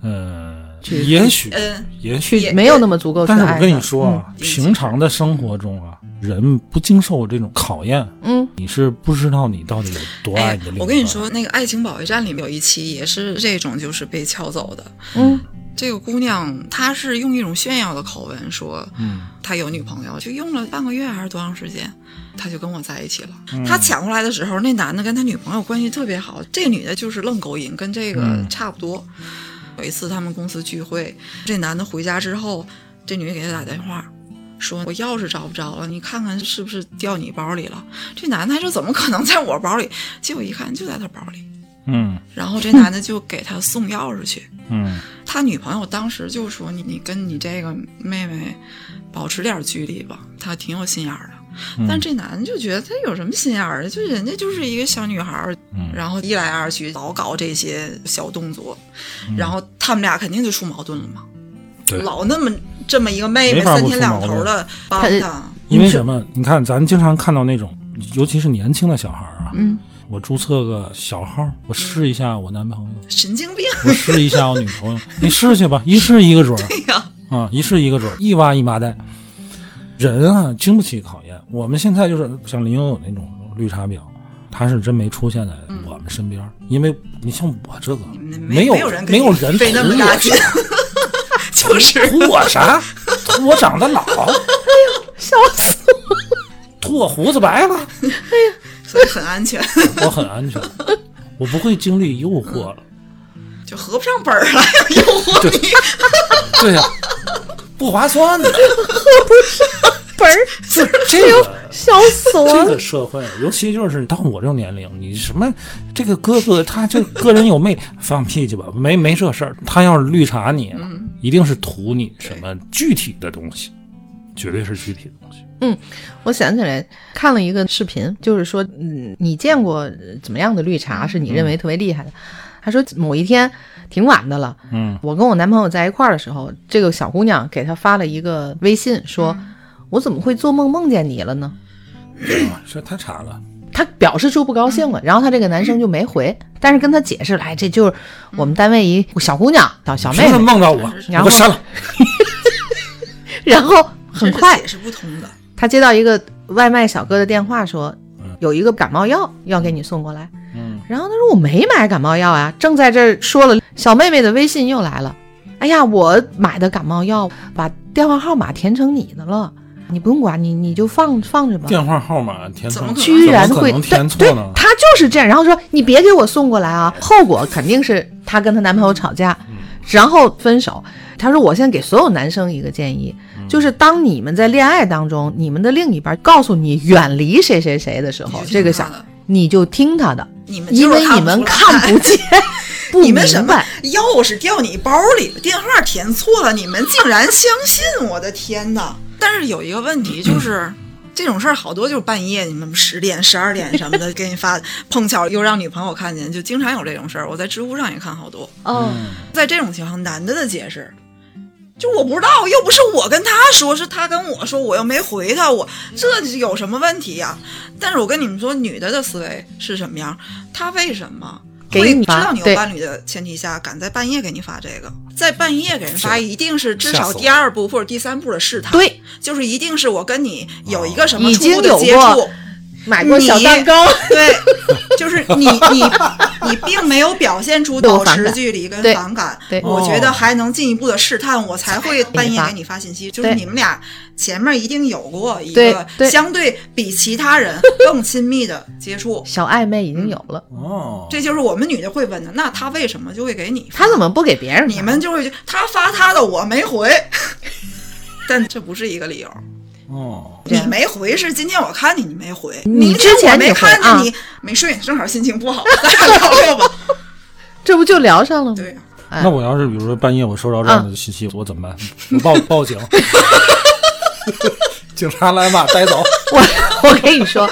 Speaker 1: 呃，
Speaker 3: 去
Speaker 1: 也许，
Speaker 2: 嗯，
Speaker 1: 也许，
Speaker 3: 去没有那么足够去
Speaker 1: 但
Speaker 3: 爱
Speaker 1: 是
Speaker 3: 她。
Speaker 1: 我跟你说啊，
Speaker 2: 理解
Speaker 1: 平常的生活中啊，人不经受这种考验，
Speaker 3: 嗯，
Speaker 1: 你是不知道你到底有多爱
Speaker 2: 哎
Speaker 1: 你的另一，半。
Speaker 2: 我跟你，说，那个《爱情保卫战》里面有一期也是这种，就是被撬走的。
Speaker 3: 嗯
Speaker 2: 这个姑娘她是用一种炫耀的口吻说，
Speaker 1: 嗯，
Speaker 2: 她有女朋友，就用了半个月还是多长时间，她就跟我在一起了。她抢过来的时候，那男的跟他女朋友关系特别好，这个女的就是愣勾引，跟这个
Speaker 1: 嗯
Speaker 2: 差不多。有一次他们公司聚会，这男的回家之后，这女的给他打电话。说我钥匙找不着了，你看看是不是掉你包里了？这男的还说怎么可能在我包里？结果一看就在他包里，
Speaker 1: 嗯
Speaker 2: 然后这男的就给他送钥匙去。
Speaker 1: 嗯
Speaker 2: 他女朋友当时就说：“你你跟你这个妹妹保持点距离吧，她挺有心眼儿的。”
Speaker 1: 嗯
Speaker 2: 但这男的就觉得他有什么心眼儿啊的，就人家就是一个小女孩儿，
Speaker 1: 嗯
Speaker 2: 然后一来二去老搞这些小动作，然后他们俩肯定就出矛盾了嘛。
Speaker 1: 嗯对
Speaker 2: 老那么这么一个妹妹
Speaker 1: 没法不
Speaker 2: 三天两头
Speaker 1: 出矛
Speaker 2: 的帮
Speaker 3: 他
Speaker 2: 他，
Speaker 1: 因为什么？你看，咱经常看到那种，尤其是年轻的小孩儿啊，
Speaker 3: 嗯，
Speaker 1: 我注册个小号，我试一下我男朋友，
Speaker 2: 神经病
Speaker 1: 我试一下我女朋友， 你试去吧，一试一个准儿
Speaker 2: 呀！
Speaker 1: 啊，一试一个准儿，一挖一麻袋。人啊，经不起考验。我们现在就是像林有有那种绿茶婊，她是真没出现在我们身边儿，因为你像我这个
Speaker 2: 嗯没
Speaker 1: 有
Speaker 2: 有人跟
Speaker 1: 没有
Speaker 2: 你
Speaker 1: 人
Speaker 2: 费那么
Speaker 1: 图
Speaker 2: 大
Speaker 1: 我
Speaker 2: 劲，就是
Speaker 1: 图我啥？图我长得 老，
Speaker 2: 哎
Speaker 3: 笑死！
Speaker 1: 图我胡子白了。
Speaker 2: 所以很安全，
Speaker 1: 我很安 全，我不会经历诱惑。
Speaker 3: 嗯
Speaker 2: 就合不上本儿来诱惑你。
Speaker 1: 对呀、不划算 的。
Speaker 3: 本儿
Speaker 1: 这这个
Speaker 3: 嗯笑死我
Speaker 1: 这
Speaker 3: 了！
Speaker 1: 个社会，尤其就是到我这种年龄，你什么这个哥哥他这个人有魅力，放屁去吧，没没这事儿。他要是绿茶你啊，
Speaker 3: 嗯
Speaker 1: 一定是图你什么具体的东西，绝对是具体的东西。
Speaker 3: 我想起来看了一个视频，就是说，嗯，你见过呃怎么样的绿茶是你认
Speaker 1: 嗯
Speaker 3: 为特别厉害的？他说某一天挺晚的了，
Speaker 1: 嗯，
Speaker 3: 我跟我男朋友在一块儿的时候，这个小姑娘给他发了一个
Speaker 1: 嗯
Speaker 3: 微信，说，我怎么会做梦梦见你了呢？
Speaker 1: 嗯是他查了，
Speaker 3: 他表示出不高兴
Speaker 1: 嗯
Speaker 3: 了，然后他这个男生就没回，但是跟他解释了，哎，这就是我们单位一小姑娘，小小啊妹
Speaker 1: 凭嗯什么
Speaker 3: 妹，
Speaker 1: 梦到我？我给我
Speaker 3: 然后
Speaker 1: 删了。
Speaker 3: 然后很
Speaker 2: 真是
Speaker 3: 快
Speaker 2: 解释不通的。
Speaker 3: 他接到一个外卖小哥的电话说，有一个感冒药要给你送过来。
Speaker 1: 嗯，
Speaker 3: 然后他说我没买感冒药啊，正在这儿说了，小妹妹的微信又来了。哎呀，我买的感冒药，把电话号码填成你的了，你不用管，你你就放放着吧。
Speaker 1: 电话号码填错
Speaker 2: 怎么，可
Speaker 3: 居然
Speaker 1: 怎么可
Speaker 3: 会
Speaker 1: 能
Speaker 3: 对
Speaker 1: 填错
Speaker 3: 对
Speaker 1: 呢，？
Speaker 3: 他就是这样。然后说你别给我送过来啊，后果肯定是她跟她男朋友吵架，
Speaker 2: 嗯
Speaker 3: 然后分手。他说我现在给所有男生一个建议，
Speaker 2: 嗯
Speaker 3: 就是当你们在恋爱当中，你们的另一半告诉你远离谁谁谁的时候，
Speaker 2: 你就听
Speaker 3: 这个
Speaker 2: 他
Speaker 3: 小
Speaker 2: 的
Speaker 3: 你就听他的，
Speaker 2: 你们
Speaker 3: 因
Speaker 2: 就是
Speaker 3: 为你们看
Speaker 2: 不出
Speaker 3: 不见，不
Speaker 2: 来， 你
Speaker 3: 明
Speaker 2: 们什么
Speaker 3: 白。
Speaker 2: 钥匙掉你包里，电话填错了，你们竟然相信！我的天哪！嗯但是有一个问题就是。这种事儿好多就是半夜你们十点、十二点什么的给你发，碰巧又让女朋友看见，就经常有这种事儿。我在知乎上也看好多，
Speaker 3: 哦，
Speaker 2: 在这种情况，男的的解释，就我不知道，又不是我跟他说，是他跟我说，我又没回他，我这有什么问题呀、但是我跟你们说，女的的思维是什么样？她为什么？
Speaker 3: 给
Speaker 2: 会
Speaker 3: 你
Speaker 2: 知
Speaker 3: 发
Speaker 2: 道你有
Speaker 3: 对
Speaker 2: 伴侣的前提下，敢在半夜给你发这个，在半夜给人发，
Speaker 1: 是
Speaker 2: 一定是至
Speaker 1: 吓
Speaker 2: 少
Speaker 1: 死我
Speaker 2: 第二步或者第三步的试探，，
Speaker 3: 对，哦
Speaker 2: 就是一定是我跟你有一个什么
Speaker 3: 已
Speaker 2: 初步
Speaker 3: 经
Speaker 2: 的
Speaker 3: 有
Speaker 2: 接触
Speaker 3: 过，买过小蛋糕，
Speaker 2: 对，就是你你你并没有表现出
Speaker 3: 对我
Speaker 2: 保
Speaker 3: 反
Speaker 2: 持
Speaker 3: 感
Speaker 2: 距离跟
Speaker 3: 对
Speaker 2: 反感，
Speaker 3: 对
Speaker 2: 我觉得还能进一步的试探，我才会半夜
Speaker 3: 发
Speaker 2: 给你发信息。就是
Speaker 3: 对
Speaker 2: 你们俩前面一定有过一
Speaker 3: 对
Speaker 2: 个
Speaker 3: 对，
Speaker 2: 相对比其他人更亲密的接触
Speaker 3: 小暧昧已
Speaker 2: 嗯
Speaker 3: 经有了，
Speaker 1: 哦，
Speaker 2: 这就是我们女的会问的。那他为什么就会给你发？
Speaker 3: 他怎么不给别人发？
Speaker 2: 你们就会觉得他发他的，我没回， 但这不是一个理由。
Speaker 1: 哦，
Speaker 3: 这
Speaker 2: 你
Speaker 3: 样
Speaker 2: 没回是今天我看见你没回，
Speaker 3: 啊你
Speaker 2: 明天
Speaker 3: 之前
Speaker 2: 我没
Speaker 3: 你回
Speaker 2: 看
Speaker 3: 啊
Speaker 2: 见你没睡，正好心情不好，咱俩聊聊吧。
Speaker 3: 这不就聊上了吗？
Speaker 2: 对啊呀、
Speaker 3: 哎
Speaker 1: 那我要是比如说半夜我收到这
Speaker 3: 嗯
Speaker 1: 样的信息，我怎么办？我 报报警， 警察来吧，带走。
Speaker 3: 我我 跟你说，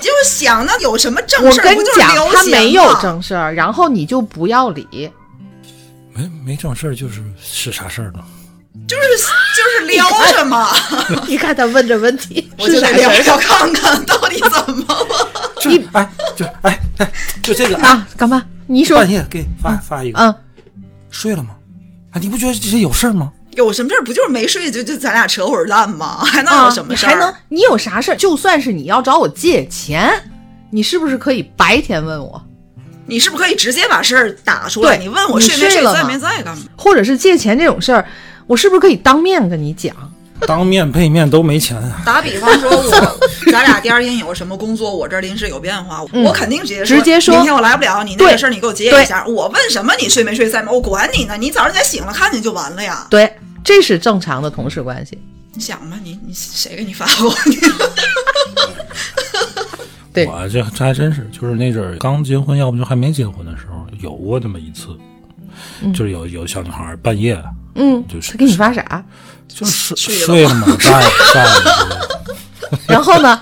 Speaker 2: 就想那有什么正
Speaker 3: 我
Speaker 2: 事儿？
Speaker 3: 跟你
Speaker 2: 不就是
Speaker 3: 讲，
Speaker 2: 撩
Speaker 3: 他
Speaker 2: 闲
Speaker 3: 没有
Speaker 2: 吗，
Speaker 3: 正事儿，然后你就不 要理。
Speaker 1: 没没正事儿，就是是啥事儿呢？
Speaker 2: 就是就是撩什 么，
Speaker 3: 你看他问这问题
Speaker 2: 我就是得
Speaker 3: 啥
Speaker 2: 聊
Speaker 3: 事
Speaker 2: 聊看看到底怎么了。
Speaker 1: 就哎就哎哎就这个
Speaker 3: 儿啊？干嘛？你说
Speaker 1: 半，夜给发发一个，
Speaker 3: 嗯，
Speaker 1: 睡了吗？啊，你不觉得这有事儿吗？
Speaker 2: 有什么事儿不就是没睡就就咱俩扯会儿蛋吗？还能有
Speaker 3: 啊
Speaker 2: 什，么
Speaker 3: 你
Speaker 2: 事儿？
Speaker 3: 还能？你有啥事儿？就算是你要找我借钱，你是不是可以白天问我，
Speaker 2: 你是不是可以直接把事儿打出来？
Speaker 3: 对
Speaker 2: 你问我
Speaker 3: 你
Speaker 2: 睡没
Speaker 3: 睡
Speaker 2: 睡，
Speaker 3: 了
Speaker 2: 在
Speaker 3: 吗
Speaker 2: 没在干嘛？
Speaker 3: 或者是借钱这种事儿，我是不是可以当面跟你讲？
Speaker 1: 当面背面都没钱啊！
Speaker 2: 打比方说我，咱俩第二天有什么工作，我这儿临时有变化，我肯定直接
Speaker 3: 嗯直接说
Speaker 2: 明天我来不了，你那
Speaker 3: 对
Speaker 2: 个事儿你给我接一下。我问什么你睡没睡在吗？我管你呢，你早上起来醒了看见就完了呀。
Speaker 3: 对，这是正常的同事关系。
Speaker 2: 你想吧，你你谁给你发过？ 你
Speaker 3: 对
Speaker 1: 我这这还真是，就是那阵儿刚结婚，要不就还没结婚的时候，有过那么一次，就是有有小女孩儿半夜
Speaker 3: 嗯，
Speaker 1: 就是
Speaker 3: 他嗯给你发啥？
Speaker 1: 就是
Speaker 2: 睡
Speaker 1: 睡了嘛，干 干了，
Speaker 3: 然后呢，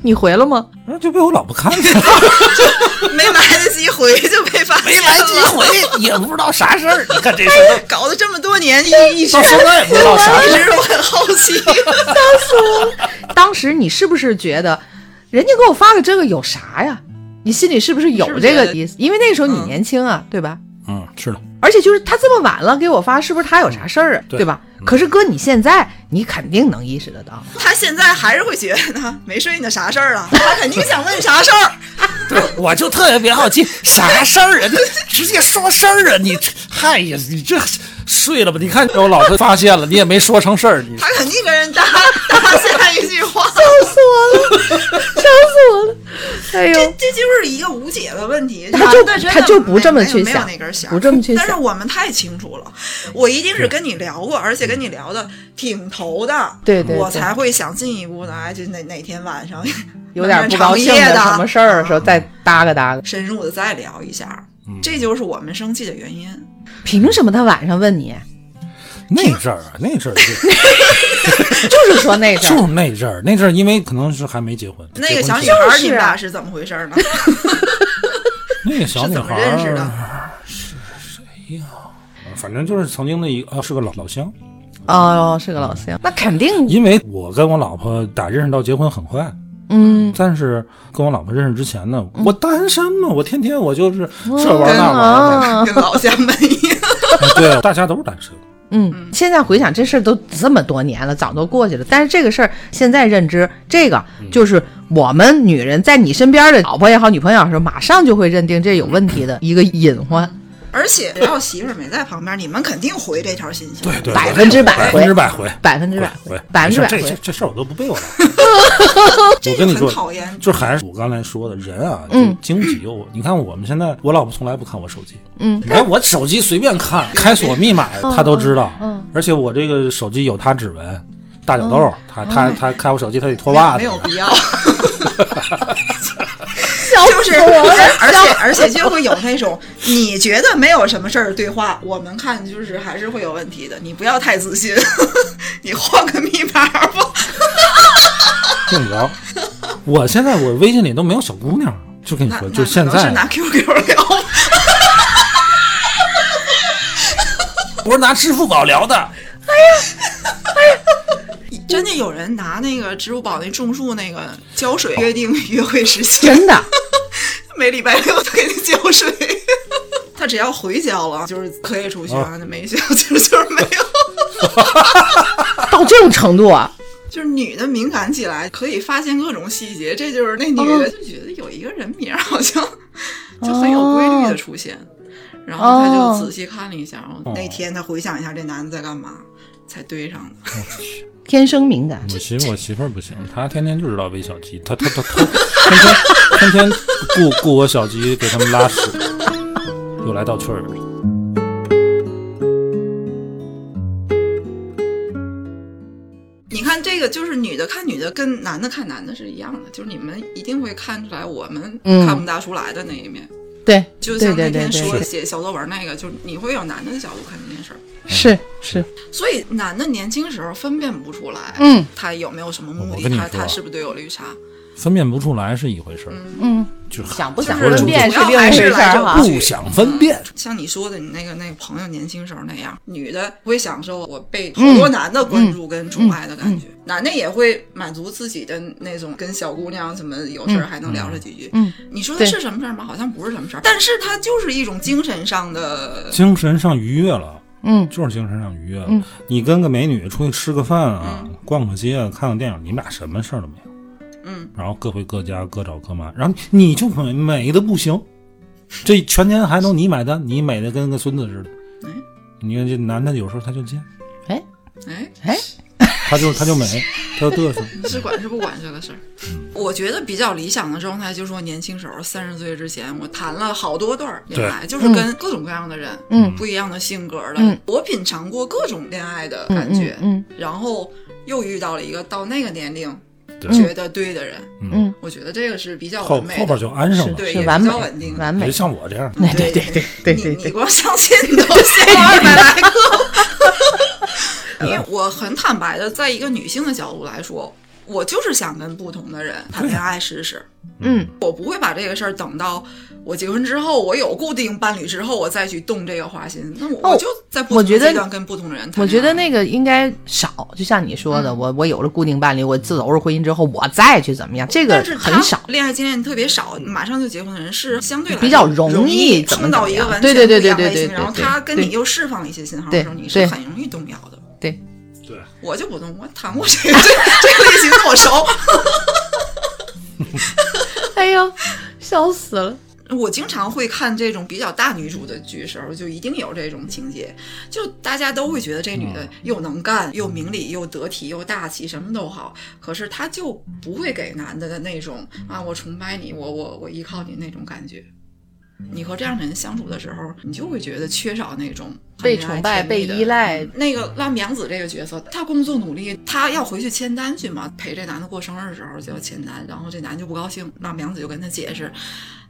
Speaker 3: 你回了吗？
Speaker 1: 然后就被我老婆看见了，
Speaker 2: 没来得及回就被发现了，
Speaker 1: 回也不知道啥事儿。你看这事儿
Speaker 2: 搞了这么多年，一一直
Speaker 3: 哦
Speaker 1: 到现在也不知道啥
Speaker 2: 一
Speaker 1: 事儿。
Speaker 2: 直都很好奇。
Speaker 3: 当时你是不是觉得，人家给我发个这个有啥呀？你心里是不是
Speaker 2: 是
Speaker 3: 有
Speaker 2: 不是
Speaker 3: 这
Speaker 2: 觉
Speaker 3: 个
Speaker 2: 得
Speaker 3: 意思？因为那时候你
Speaker 2: 嗯
Speaker 3: 年轻啊，对吧？
Speaker 1: 嗯，是的，
Speaker 3: 而且就是他这么晚了给我发，是不是他有啥事
Speaker 2: 嗯
Speaker 3: 儿啊？
Speaker 1: 对
Speaker 3: 对吧？可是哥，你现在你肯定能意识得 到，
Speaker 2: 他现在还是会觉得没睡呢，啥事儿啊？他肯定想问啥事儿。
Speaker 1: 我就特别好奇啥事儿啊？你直接说事儿啊？你嗨呀，你这睡了吧？你看我老婆发现了，你也没说成事儿，你
Speaker 2: 他肯定跟人搭搭下一句 话，
Speaker 3: 笑死我了，笑死我了！哎
Speaker 2: 这
Speaker 3: 呦，
Speaker 2: 这就是一个无解的问题。
Speaker 3: 他就
Speaker 2: 男的真的
Speaker 3: 他就不这么
Speaker 2: 没有
Speaker 3: 去
Speaker 2: 没有
Speaker 3: 想
Speaker 2: 那根弦，
Speaker 3: 不这么去
Speaker 2: 但是
Speaker 3: 想
Speaker 2: 我们太清楚了，我一定是跟你聊过，而且跟你聊的挺投的，
Speaker 3: 对对
Speaker 2: 我
Speaker 3: 对
Speaker 2: 才会想进一步的，哎，就哪哪天晚上
Speaker 3: 有点不高兴啊
Speaker 2: 漫漫长夜的
Speaker 3: 什么事儿的时候再搭个搭个。
Speaker 2: 深入的再聊一下。
Speaker 1: 嗯
Speaker 2: 这就是我们生气的原因。
Speaker 3: 凭什么他晚上问你？
Speaker 1: 那阵儿啊，那阵儿就
Speaker 3: 就是说那 阵
Speaker 1: 就
Speaker 3: 儿，
Speaker 1: 是 那阵儿，那阵儿因为可能是还没结婚，
Speaker 2: 那个小女
Speaker 1: 结婚
Speaker 2: 孩
Speaker 3: 就
Speaker 2: 儿，
Speaker 3: 是
Speaker 2: 你们
Speaker 3: 啊
Speaker 2: 俩是怎么回事呢？
Speaker 1: 前那个小
Speaker 2: 是
Speaker 1: 女
Speaker 2: 怎么
Speaker 1: 孩
Speaker 2: 认识
Speaker 1: 儿
Speaker 2: 的？
Speaker 1: 反正就是曾经的一个啊，是个老老乡。
Speaker 3: 哦，是个老乡，那肯定
Speaker 1: 因为我跟我老婆打认识到结婚很快，
Speaker 3: 嗯，
Speaker 1: 但是跟我老婆认识之前呢，我单身嘛，我天天我就是这玩那玩的，
Speaker 3: 嗯啊，
Speaker 2: 跟老乡们一样。
Speaker 1: 哎 对，大家都是单身。
Speaker 3: 嗯，现在回想这事儿都这么多年了，早都过去了。但是这个事儿现在认知，这个就是我们女人在你身边的老婆也好，女朋友也好，马上就会认定这有问题的一个隐患，
Speaker 2: 而且只要媳妇儿没在旁边，你们肯定回这条信息。
Speaker 1: 对对，
Speaker 3: 百分之百
Speaker 1: 百
Speaker 3: 回
Speaker 1: 分之百回，
Speaker 3: 百分之百
Speaker 1: 回，
Speaker 3: 百分之百
Speaker 1: 这这
Speaker 3: 回。
Speaker 1: 这事儿我都不背我 了。
Speaker 2: 这
Speaker 1: 我
Speaker 2: 个
Speaker 1: 跟你
Speaker 2: 很
Speaker 1: 说，
Speaker 2: 讨厌。
Speaker 1: 就还是我刚才说的，人啊，就经不起诱惑。你看我们现在，我老婆从来不看我手机，
Speaker 3: 嗯，
Speaker 1: 你看我手机随便看，开锁密码她都知道，
Speaker 3: 嗯
Speaker 1: 而且我这个手机有她指纹。大脚豆，她她
Speaker 3: 嗯
Speaker 1: 她看我手机，她得脱袜子。
Speaker 2: 没有必要，
Speaker 3: 就
Speaker 2: 就是，而且而且就会有那种你觉得没有什么事儿的对话，我们看就是还是会有问题的。你不要太自信， 你换个密码吧。
Speaker 1: 用不着。我现在我微信里都没有小姑娘，就跟你
Speaker 2: 那
Speaker 1: 说，
Speaker 2: 那
Speaker 1: 就
Speaker 2: 可
Speaker 1: 现
Speaker 2: 能是
Speaker 1: 在
Speaker 2: 拿 QQ 聊，
Speaker 1: 不是拿支付宝聊 的，
Speaker 2: 真的有人拿那个支付宝那种树那个浇水约定约会时限，
Speaker 3: 哦真的，
Speaker 2: 每礼拜六都给你浇水。他只要回浇了，就是可以
Speaker 3: 哦
Speaker 2: 出去啊；那、没浇 就就是没有。
Speaker 3: 到这种程度啊！
Speaker 2: 就是女的敏感起来，可以发现各种细节，这就是那女
Speaker 3: 哦
Speaker 2: 的就觉得有一个人名儿好像就很有规律的
Speaker 3: 哦
Speaker 2: 出现，然后她就仔细看了一下，然后那天她回想一下这男的在干嘛，才对上的。
Speaker 3: 天生敏感，
Speaker 1: 我媳妇我媳妇儿不行，她天天就知道喂小鸡，她她她她天天天天雇雇我小鸡给他们拉屎，又来道趣儿。
Speaker 2: 你看这个就是女的看女的跟男的看男的是一样的，就是你们一定会看出来我们
Speaker 3: 嗯
Speaker 2: 看不大出来的那一面。
Speaker 3: 对，
Speaker 2: 就
Speaker 3: 对
Speaker 2: 像
Speaker 3: 对
Speaker 2: 那
Speaker 3: 对
Speaker 2: 天说
Speaker 3: 对，
Speaker 2: 的写小作文那个，就是你会有男的的角度看这件事儿。
Speaker 3: 是是，
Speaker 2: 所以男的年轻时候分辨不出来，
Speaker 3: 嗯，
Speaker 2: 他有没有什么
Speaker 1: 我
Speaker 2: 目
Speaker 1: 跟
Speaker 2: 的，
Speaker 1: 你
Speaker 2: 他
Speaker 1: 说
Speaker 2: 他是不是对我绿茶？
Speaker 1: 分辨不出来是一回事儿，
Speaker 3: 嗯，
Speaker 1: 就
Speaker 3: 想不想
Speaker 1: 很多人
Speaker 3: 分辨
Speaker 1: 就是
Speaker 3: 另一回事儿哈。
Speaker 1: 不想分辨，
Speaker 2: 嗯像你说的，你那个那个朋友年轻时候那样，女的会享受我被好多男的关注跟宠爱的感觉，
Speaker 3: 嗯
Speaker 2: 男的也会满足自己的那种跟小姑娘什么有事儿还能聊上几句。
Speaker 3: 嗯，
Speaker 2: 你说的
Speaker 3: 对
Speaker 2: 是什么事儿吗？好像不是什么事儿，但是它就是一种精神上的。
Speaker 1: 精神上愉悦了。
Speaker 3: 嗯，
Speaker 1: 就是精神上愉悦了。
Speaker 3: 嗯
Speaker 1: 你跟个美女出去吃个饭啊，逛个街啊，看个电影，你们俩什么事儿都没有。
Speaker 2: 嗯，
Speaker 1: 然后各回各家，各找各妈，然后你就美美的不行，这全年还都你买单，你美的跟个孙子似的。
Speaker 2: 嗯
Speaker 1: 你看这男的有时候他就贱，
Speaker 3: 哎
Speaker 2: 哎，
Speaker 3: 哎，
Speaker 1: 他就他就美，他就嘚瑟。
Speaker 2: 是管是不管这个 事儿。我觉得比较理想的状态，就是说年轻时候三十岁之前，我谈了好多段儿恋爱，就是跟各种各样的人，
Speaker 3: 嗯
Speaker 2: 不一样的性格的，
Speaker 3: 嗯
Speaker 2: 我品尝过各种恋爱的
Speaker 3: 嗯
Speaker 2: 感觉，
Speaker 3: 嗯
Speaker 2: 然后又遇到了一个到那个年龄
Speaker 1: 对
Speaker 2: 觉得对的人，
Speaker 1: 嗯
Speaker 3: 嗯
Speaker 2: 我觉得这个是比较
Speaker 1: 后
Speaker 2: 完美
Speaker 1: 后边
Speaker 2: 的，
Speaker 1: 就安上了，
Speaker 2: 对，嗯
Speaker 3: 是
Speaker 2: 也
Speaker 3: 完
Speaker 2: 比
Speaker 3: 美
Speaker 2: 较稳定的。
Speaker 3: 完
Speaker 1: 别
Speaker 3: 美，
Speaker 1: 像我这样。
Speaker 3: 哎 对对对对对
Speaker 2: 你你
Speaker 3: 对，
Speaker 2: 光相亲都相二 百来个。因为我很坦白的，在一个女性的角度来说，我就是想跟不同的人谈恋爱试试。
Speaker 3: 嗯
Speaker 2: 我不会把这个事儿等到我结婚之后，我有固定伴侣之后，我再去动这个花心。那我、
Speaker 3: 哦
Speaker 2: 我就在不
Speaker 3: 我
Speaker 2: 同
Speaker 3: 觉
Speaker 2: 的
Speaker 3: 得
Speaker 2: 阶段跟不同的人谈
Speaker 3: 我觉得
Speaker 2: 恋爱
Speaker 3: 那个应该少，就像你说的，我我有了固定伴侣，我自走入婚姻之后，我再去怎么样，这个
Speaker 2: 但是他
Speaker 3: 很少。
Speaker 2: 恋爱经验特别少，马上就结婚的人是相对来说
Speaker 3: 比较容
Speaker 2: 容
Speaker 3: 易怎么
Speaker 2: 碰到
Speaker 3: 怎么
Speaker 2: 一个
Speaker 3: 样
Speaker 2: 完
Speaker 3: 对
Speaker 2: 全
Speaker 3: 对
Speaker 2: 不
Speaker 3: 对
Speaker 2: 一样
Speaker 3: 对
Speaker 2: 类
Speaker 3: 对
Speaker 2: 型，
Speaker 3: 对
Speaker 2: 然后
Speaker 3: 对
Speaker 2: 他跟
Speaker 3: 对
Speaker 2: 你又释放一些信号的
Speaker 3: 对
Speaker 2: 时候，你
Speaker 3: 对
Speaker 2: 是很容易动摇的。
Speaker 3: 对，
Speaker 1: 对，
Speaker 2: 我就不动，我谈过谁，这这个类型的我熟。
Speaker 3: 哎呦，笑死了。
Speaker 2: 我经常会看这种比较大女主的剧时候，就一定有这种情节，就大家都会觉得这女的又能干，又明理，又得体，又大气，什么都好。可是她就不会给男的的那种啊，我崇拜你，我我我依靠你那种感觉。你和这样的人相处的时候，你就会觉得缺少那种
Speaker 3: 被崇拜、
Speaker 2: 很甜蜜
Speaker 3: 被
Speaker 2: 的嗯
Speaker 3: 依赖，
Speaker 2: 那个拉米扬子这个角色，他工作努力，他要回去签单去嘛，陪这男的过生日的时候就要签单，然后这男的就不高兴，拉米扬子就跟他解释，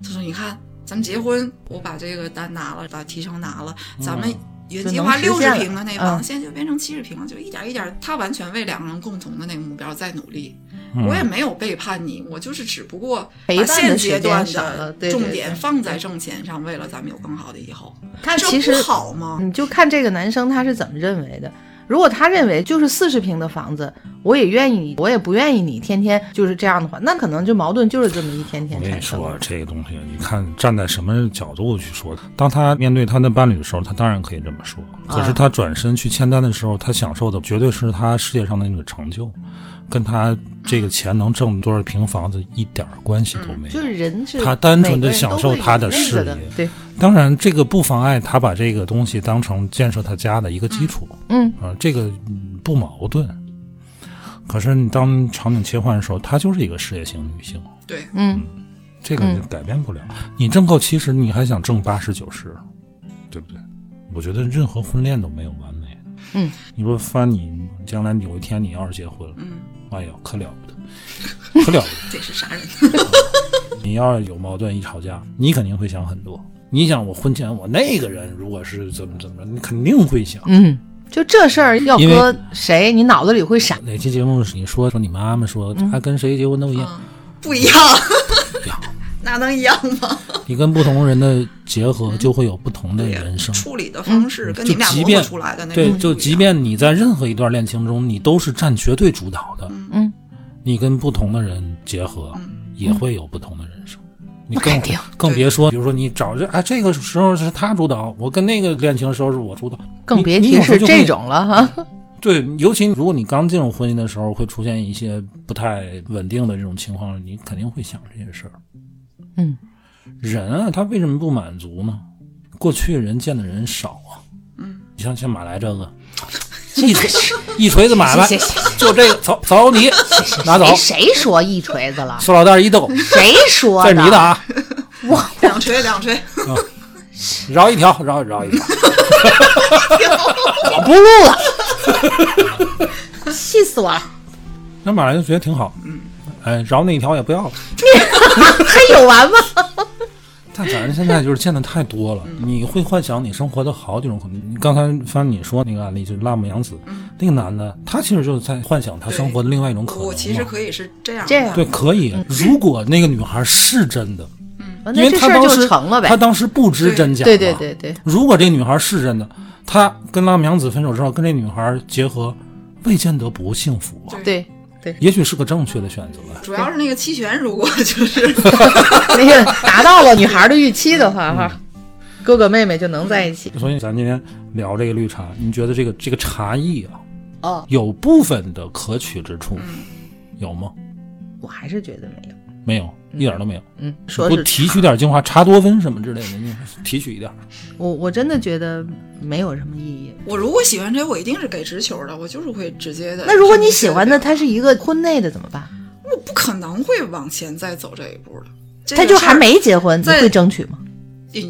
Speaker 2: 他说：“你看，咱们结婚，我把这个单拿了，把提成拿了，咱们原计划
Speaker 3: 就能
Speaker 2: 六十
Speaker 3: 实现了
Speaker 2: 平的那房，
Speaker 3: 嗯
Speaker 2: 现在就变成七十平了，就一点一点，他完全为两个人共同的那个目标在努力。
Speaker 1: 嗯
Speaker 2: 我也没有背叛你，我就是只不过
Speaker 3: 陪
Speaker 2: 把
Speaker 3: 伴
Speaker 2: 现
Speaker 3: 的
Speaker 2: 阶段
Speaker 3: 时间少了
Speaker 2: 的
Speaker 3: 对对
Speaker 2: 重
Speaker 3: 对
Speaker 2: 点放在挣钱上，为了咱们有更好的以后，
Speaker 3: 他
Speaker 2: 这
Speaker 3: 其实
Speaker 2: 不好吗？
Speaker 3: 你就看这个男生他是怎么认为的。如果他认为就是四十平的房子，我也愿意，我也不愿意你天天就是这样的话，那可能就矛盾就是这么一天
Speaker 1: 我
Speaker 3: 天
Speaker 1: 跟你
Speaker 3: 产生。
Speaker 1: 说，这个东西，你看站在什么角度去说？当他面对他的伴侣的时候，他当然可以这么说。可
Speaker 3: 啊
Speaker 1: 是他转身去签单的时候，他享受的绝对是他事业上的那个成就，跟他这个钱能挣多少平房子一点儿关系都没
Speaker 3: 嗯就
Speaker 1: 有。
Speaker 3: 是人是
Speaker 1: 他单纯地
Speaker 3: 每个人
Speaker 1: 享
Speaker 3: 都
Speaker 1: 受
Speaker 3: 会有
Speaker 1: 他的
Speaker 3: 认
Speaker 1: 事
Speaker 3: 识的
Speaker 1: 业
Speaker 3: 对，
Speaker 1: 当然，这个不妨碍他把这个东西当成建设他家的一个基础。
Speaker 3: 嗯
Speaker 1: 啊，这个嗯不矛盾。可是你当场景切换的时候，她就是一个事业型女性，
Speaker 2: 对，
Speaker 3: 嗯，
Speaker 1: 这个就改变不了。你挣够七十，你还想挣八十九十，对不对？我觉得任何婚恋都没有完美。
Speaker 3: 嗯，
Speaker 1: 你说翻你将来有一天你要是结婚了，
Speaker 2: 嗯，
Speaker 1: 哎呦，可了不得，可了不得。
Speaker 2: 这是啥人？
Speaker 1: 你要是有矛盾一吵架，你肯定会想很多。你想我婚前我那个人如果是怎么怎么着，你肯定会想。
Speaker 3: 嗯，就这事儿要
Speaker 1: 因为
Speaker 3: 搁谁，你脑子里会闪。
Speaker 1: 哪期节目是你说说你妈妈说她跟谁结婚都一样，
Speaker 2: 不一样，哪能一样吗？
Speaker 1: 你跟不同人的结合就会有不同的人生。嗯
Speaker 2: 处理的方式跟你
Speaker 1: 就
Speaker 2: 们俩
Speaker 1: 即
Speaker 2: 磨
Speaker 1: 便
Speaker 2: 合出来的那种不一
Speaker 1: 对，
Speaker 2: 样，
Speaker 1: 就即便你在任何一段恋情中，你都是占绝对主导的。
Speaker 3: 嗯，
Speaker 1: 你跟不同的人结合，也会有不同的人生。你
Speaker 3: 那
Speaker 1: 更
Speaker 3: 肯定
Speaker 1: 更
Speaker 2: 嗯对
Speaker 1: 别说，比如说你找这啊，这个时候是他主导，我跟那个恋情的时候是我主导，
Speaker 3: 更
Speaker 1: 你
Speaker 3: 别
Speaker 1: 你
Speaker 3: 提
Speaker 1: 有时候
Speaker 3: 是
Speaker 1: 就会
Speaker 3: 这种了啊哈，
Speaker 1: 对，尤其如果你刚进入婚姻的时候，会出现一些不太稳定的这种情况，你肯定会想这些事儿。
Speaker 3: 嗯，
Speaker 1: 人啊，他为什么不满足呢？过去人见的人少啊。嗯，你像像马来这个，一锤一锤子马来
Speaker 3: 谢谢谢，
Speaker 1: 就这个曹曹迪 拿走，
Speaker 3: 哎谁说一锤 子了？
Speaker 1: 塑料袋一兜，
Speaker 3: 谁说
Speaker 1: 这是你的啊，
Speaker 2: 两锤两锤，
Speaker 1: 饶一条，饶饶一条。
Speaker 3: 我不
Speaker 2: 哦
Speaker 3: 录了，气死我了！
Speaker 1: 那马来就觉得挺好，嗯，哎，饶那一条也不要了。
Speaker 3: 还有完吗？
Speaker 1: 但咱现在就是见的太多了，
Speaker 3: 嗯
Speaker 1: 你会幻想你生活的好几种可能。你刚才翻你说那个案例，就是辣目洋子、
Speaker 3: 嗯
Speaker 1: 那个男的，他其实就是在幻想他生活的另外一种可能嘛。
Speaker 2: 我其实可以是这样，
Speaker 3: 这样
Speaker 1: 对，可以。 如果那个女孩是真的， 因
Speaker 3: 嗯哦那
Speaker 1: 为
Speaker 3: 这
Speaker 1: 他
Speaker 3: 事儿
Speaker 1: 当
Speaker 3: 就
Speaker 1: 时
Speaker 3: 成了呗
Speaker 1: 他。当时不知真假嘛。
Speaker 3: 对对对对，
Speaker 1: 如果这女孩是真的，他跟辣目洋子分手之后跟这女孩结合，未见得不幸福啊，
Speaker 3: 对
Speaker 1: 也许是个正确的选择啊呀。
Speaker 2: 主要是那个期权，如果就是
Speaker 3: 那个达到了女孩的预期的话，哈，
Speaker 1: 嗯
Speaker 3: 哥哥妹妹就能在一起。
Speaker 1: 所以咱今天聊这个绿茶，你觉得这个这个茶艺啊，
Speaker 3: 哦，
Speaker 1: 有部分的可取之处，
Speaker 2: 嗯
Speaker 1: 有吗？
Speaker 3: 我还是觉得没有。
Speaker 1: 没有，一点都没有。
Speaker 3: 嗯，说
Speaker 1: 不
Speaker 3: 是
Speaker 1: 提取点精华，茶多酚什么之类的，你提取一点。
Speaker 3: 我我真的觉得没有什么意义。
Speaker 2: 我如果喜欢谁，我一定是给直球的，我就是会直接的。
Speaker 3: 那如果你喜欢的，他是一个婚内的怎么办？
Speaker 2: 我不可能会往前再走这一步的。这个
Speaker 3: 他就
Speaker 2: 事儿
Speaker 3: 还没结婚，你
Speaker 2: 在
Speaker 3: 会争取吗？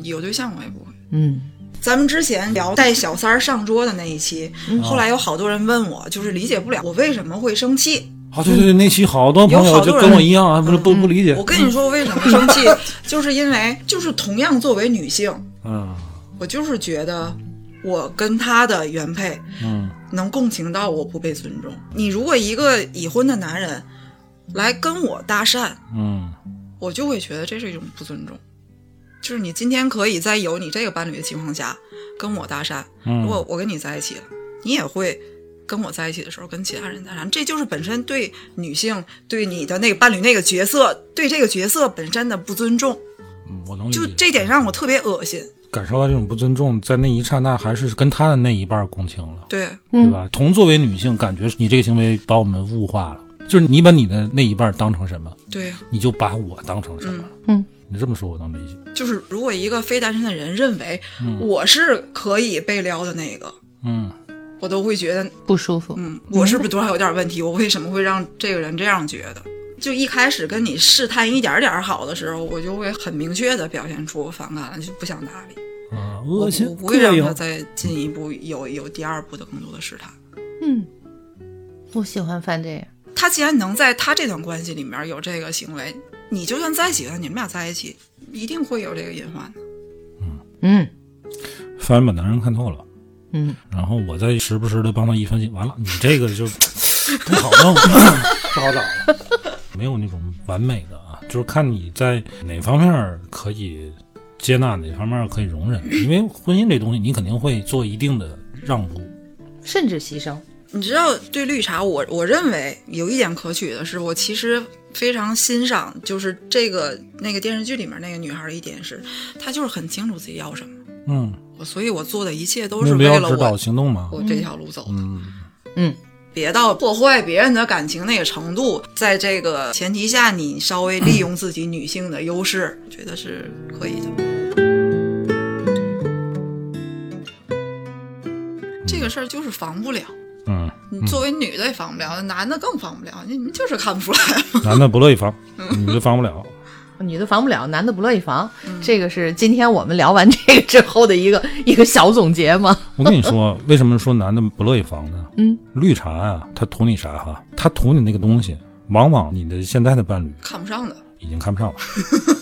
Speaker 2: 有对象，我也不会。
Speaker 3: 嗯，
Speaker 2: 咱们之前聊带小三儿上桌的那一期，
Speaker 3: 嗯
Speaker 2: 后来有好多人问我，就是理解不了我为什么会生气。
Speaker 1: 啊，对对对，那期好多朋友就跟我一样啊，不是不不理解
Speaker 2: 嗯我。跟你说，为什么生气， 就是因为就是同样作为女性，
Speaker 1: 嗯
Speaker 2: 我就是觉得我跟他的原配
Speaker 1: 嗯，
Speaker 2: 能共情到我不被尊重。你如果一个已婚的男人来跟我搭讪，
Speaker 1: 嗯，
Speaker 2: 我就会觉得这是一种不尊重。就是你今天可以在有你这个伴侣的情况下跟我搭讪，
Speaker 1: 嗯
Speaker 2: 如果我跟你在一起了，你也会跟我在一起的时候跟其他人搭讪，这就是本身对女性、对你的那个伴侣那个角色、对这个角色本身的不尊重，
Speaker 1: 嗯我能理
Speaker 2: 就
Speaker 1: 解。
Speaker 2: 这点让我特别恶心。
Speaker 1: 感受到这种不尊重，在那一刹那还是跟他的那一半共情了，
Speaker 2: 对，
Speaker 1: 对吧？同作为女性，感觉你这个行为把我们物化了，就是你把你的那一半当成什么，
Speaker 2: 对，
Speaker 1: 你就把我当成什么。
Speaker 3: 嗯嗯，
Speaker 1: 你这么说我能理解。
Speaker 2: 就是如果一个非单身的人认为我是可以被撩的那个，
Speaker 1: 嗯。
Speaker 2: 我都会觉得
Speaker 3: 不舒服。
Speaker 2: 嗯，我是不是多少有点问题？我为什么会让这个人这样觉得？就一开始跟你试探一点点儿好的时候，我就会很明确的表现出我反感了，就不想搭理。
Speaker 1: 啊，
Speaker 2: 我
Speaker 1: 恶心
Speaker 2: 我，不
Speaker 1: 膈
Speaker 2: 会让他
Speaker 1: 应。
Speaker 2: 再进一步有有第二步的更多的试探。
Speaker 3: 嗯，我喜欢犯这样。
Speaker 2: 他既然能在他这段关系里面有这个行为，你就算再喜欢，你们俩在一起一定会有这个隐患的。
Speaker 3: 嗯
Speaker 1: 反正把男人看透了，
Speaker 3: 嗯，
Speaker 1: 然后我再时不时的帮他一分析，完了，你这个就 不好弄，不好找了，没有那种完美的啊，就是看你在哪方面可以接纳，哪方面可以容忍，因为婚姻这东西，你肯定会做一定的让步，
Speaker 3: 甚至牺牲。
Speaker 2: 你知道，对绿茶我，我认为有一点可取的是，我其实非常欣赏，就是这个那个电视剧里面那个女孩的一点是，她就是很清楚自己要什么，
Speaker 1: 嗯，
Speaker 2: 我所以我做的一切都是
Speaker 1: 目
Speaker 2: 为
Speaker 1: 标
Speaker 2: 了
Speaker 1: 指导
Speaker 2: 我
Speaker 1: 行动嘛，
Speaker 2: 我这条路走的。
Speaker 1: 嗯，
Speaker 3: 嗯，
Speaker 2: 别到破坏别人的感情那个程度，在这个前提下，你稍微利用自己女性的优势，觉得是可以的。这个事儿就是防不了，
Speaker 1: 嗯，
Speaker 2: 你作为女的也防不了，男的更防不了，你你就是看不出来 嘛。
Speaker 1: 男的不乐意 防，女的防不了，
Speaker 3: 女的防不了，男的不乐意防，这个是今天我们聊完这个之后的一个 一个小总结嘛。
Speaker 1: 我跟你说，为什么说男的不乐意防呢？
Speaker 3: 嗯，
Speaker 1: 绿茶啊，他图你啥哈？他图你那个东西，往往你的现在的伴侣
Speaker 2: 看不上的，
Speaker 1: 已经看不上了，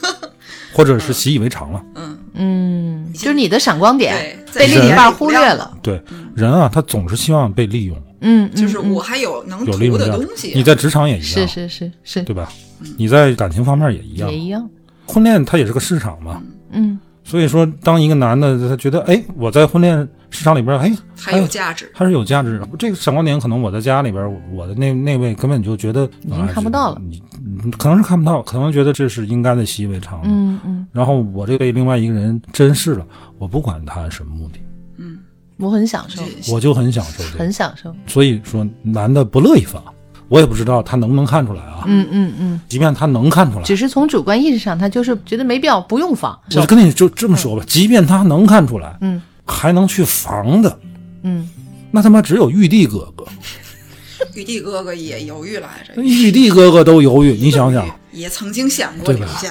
Speaker 1: 或者是习以为常了。
Speaker 2: 嗯，
Speaker 3: 嗯，就是你的闪光点
Speaker 2: 对在
Speaker 3: 被另一
Speaker 1: 人
Speaker 3: 半忽略了。
Speaker 1: 对，人啊，他总是希望被利用，
Speaker 3: 嗯，嗯
Speaker 2: 就是我
Speaker 3: 嗯
Speaker 2: 还有能
Speaker 1: 有利
Speaker 2: 图
Speaker 1: 用
Speaker 2: 的
Speaker 1: 价值
Speaker 2: 东。西。啊
Speaker 1: 你在职场也一样，
Speaker 3: 啊是是是是
Speaker 1: 对吧？你在感情方面也一样
Speaker 3: 也，一样。
Speaker 1: 婚恋它也是个市场嘛。
Speaker 3: 嗯，
Speaker 1: 所以说，当一个男的他觉得，哎，我在婚恋市场里边，哎，
Speaker 2: 还有价值，
Speaker 1: 还是有价值。这个闪光点可能我在家里边，我我的那那位根本就觉得啊
Speaker 3: 已经看不到了
Speaker 1: 你你可能是看不到，可能觉得这是应该的习以为常。
Speaker 3: 嗯嗯，
Speaker 1: 然后我这被另外一个人珍视了，我不管他什么目的，
Speaker 2: 嗯，
Speaker 3: 我很享受，
Speaker 1: 哎我就很享受这个。
Speaker 3: 很享受。
Speaker 1: 所以说，男的不乐意发，我也不知道他能不能看出来啊。
Speaker 3: 嗯嗯嗯，
Speaker 1: 即便他能看出来，
Speaker 3: 只是从主观意识上，他就是觉得没必要，不用防。
Speaker 1: 我就跟你就这么说吧，即便他能看出来，
Speaker 3: 嗯
Speaker 1: 还能去防的，
Speaker 3: 嗯，
Speaker 1: 那他妈只有玉帝哥哥，
Speaker 2: 玉帝哥哥也犹豫来着，
Speaker 1: 玉帝哥哥都犹豫，你想想，
Speaker 2: 也曾经想过
Speaker 1: 对
Speaker 2: 一
Speaker 1: 吧
Speaker 2: 下。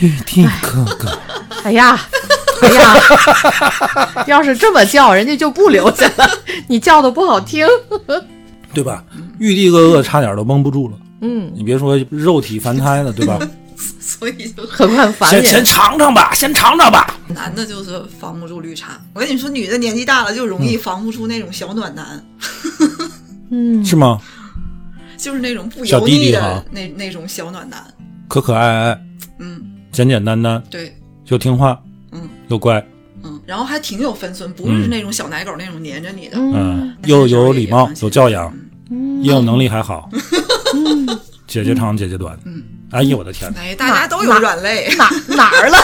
Speaker 1: 玉帝哥哥。
Speaker 3: 哎呀，哎呀， 要是这么叫，人家就不留下了。你叫的不好听。
Speaker 1: 对吧？玉帝哥哥差点都绷不住了，
Speaker 3: 嗯，
Speaker 1: 你别说肉体凡胎了，对 吧？
Speaker 2: 所以就
Speaker 3: 何况凡
Speaker 1: 先
Speaker 3: 人。
Speaker 1: 先尝尝吧，先尝尝吧。
Speaker 2: 男的就是防不住绿茶。我跟你说，女的年纪大了就容易防不住那种小暖男，
Speaker 3: 嗯，
Speaker 1: 是吗？
Speaker 2: 就是那种不
Speaker 1: 嗯小
Speaker 2: 油
Speaker 1: 弟
Speaker 2: 腻
Speaker 1: 弟
Speaker 2: 的
Speaker 1: 哈
Speaker 2: 那那种小暖男。
Speaker 1: 可可爱爱，
Speaker 2: 嗯，
Speaker 1: 简简单单，
Speaker 2: 对，
Speaker 1: 又听话，
Speaker 2: 嗯，
Speaker 1: 又乖，
Speaker 2: 嗯，然后还挺有分寸，不是
Speaker 1: 嗯
Speaker 2: 那种小奶狗那种黏着你的，
Speaker 3: 嗯
Speaker 1: 嗯，又有礼貌，有教养，
Speaker 3: 嗯
Speaker 1: 业务能力还好，姐姐长姐姐短。
Speaker 2: 嗯，！
Speaker 1: 哎呦我的天
Speaker 2: 哎，大家都有软肋。
Speaker 3: 哪哪儿 了？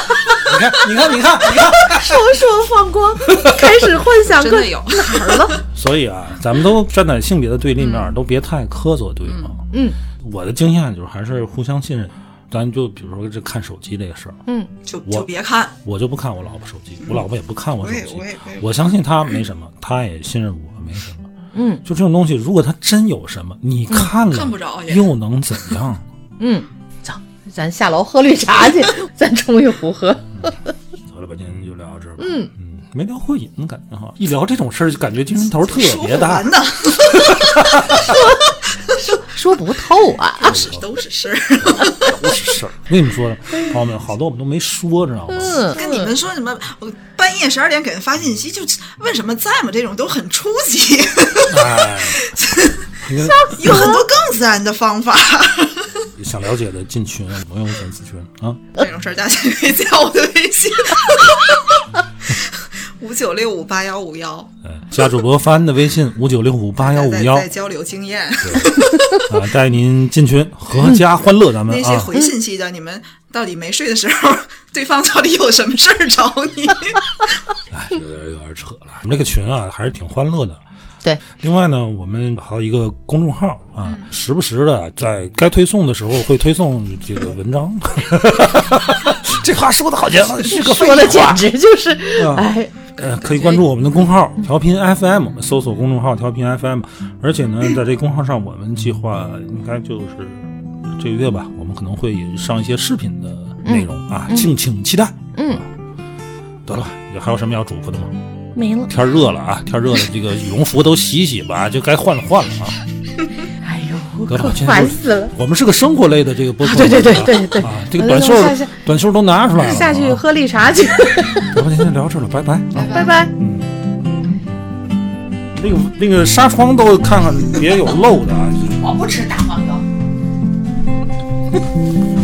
Speaker 1: 你看，你看，你看，你看。
Speaker 3: 说说放 光，开始幻想
Speaker 2: 真
Speaker 3: 各
Speaker 2: 的有，
Speaker 3: 哪儿了？
Speaker 1: 所以啊，咱们都站在性别的对立面，都别太苛责对方。
Speaker 3: 嗯，
Speaker 1: 我的经验就是还是互相信任。咱就比如说这看手机这个事儿，
Speaker 3: 嗯
Speaker 2: 就
Speaker 1: 我
Speaker 2: 就别看，
Speaker 1: 我就不看我老婆手机，我老婆也不看我手机
Speaker 2: 我也我也我也。
Speaker 1: 我相信她没什么，她也信任我没什么。
Speaker 3: 嗯
Speaker 1: 就这种东西，如果她真有什么，你看了
Speaker 2: 看不着也
Speaker 1: 又能怎样？
Speaker 3: 嗯，走，咱下楼喝绿茶去， 咱冲一壶喝。
Speaker 1: 得了吧，今天就聊到这儿吧。嗯没聊过瘾，感觉哈，一聊这种事儿就感觉精神头特
Speaker 2: 说
Speaker 1: 别
Speaker 2: 不
Speaker 1: 大
Speaker 2: 完。呢，
Speaker 3: 说不透啊，
Speaker 2: 都是都是事儿。
Speaker 1: 都 是事儿，我跟你们说，朋友们，好多我们都没说，知道吗？
Speaker 3: 嗯，
Speaker 2: 跟你们说什么，我半夜十二点给他发信息，就问什么在吗？这种都很初级，
Speaker 1: 哎，你看
Speaker 2: 有很多更自然的方法。
Speaker 1: 想了解的进群，我用粉丝群啊。
Speaker 2: 这种事儿，大家可以加我的微信，五九六五八幺五幺，
Speaker 1: 哎加主播帆的微信五九六五八啊幺五
Speaker 2: 再
Speaker 1: 幺
Speaker 2: 再交流经验。
Speaker 1: 啊，带您进群，阖家欢乐，咱们
Speaker 2: 那些
Speaker 1: 啊。
Speaker 2: 回信息的，你们到底没睡的时候，对方到底有什么事儿找你？
Speaker 1: 哎，有点有点扯了。我们这个群啊，还是挺欢乐的。
Speaker 3: 对，
Speaker 1: 另外呢，我们还有一个公众号啊，时不时的在该推送的时候会推送这个文章。 这话说的好 像是哦个废
Speaker 3: 说的
Speaker 1: 话
Speaker 3: 简直就是，
Speaker 1: 啊
Speaker 3: 哎，
Speaker 1: 呃，可以关注我们的公号“调频 FM”，搜索公众号“调频 FM”。而且呢，在这公号上，我们计划应该就是这个月吧，我们可能会上一些视频的内容啊，敬请期待。
Speaker 3: 嗯，
Speaker 1: 得了，也还有什么要嘱咐的吗？
Speaker 3: 没了，
Speaker 1: 天热了啊，天热了，这个羽绒服都洗洗吧，就该换了换了啊。
Speaker 3: 哎呦，
Speaker 1: 得了，今天
Speaker 3: 烦
Speaker 1: 就
Speaker 3: 死了。
Speaker 1: 我们是个生活类的这个播客、
Speaker 3: 啊对对对对对
Speaker 1: 啊，这个短袖
Speaker 3: 下去
Speaker 1: 短袖都拿出来了啊。
Speaker 3: 下去喝绿茶去，
Speaker 1: 咱们今天聊到这儿了，拜拜啊。
Speaker 3: 拜拜。
Speaker 1: 那个那个纱窗都看看，别有漏的啊。
Speaker 3: 我不吃大黄油。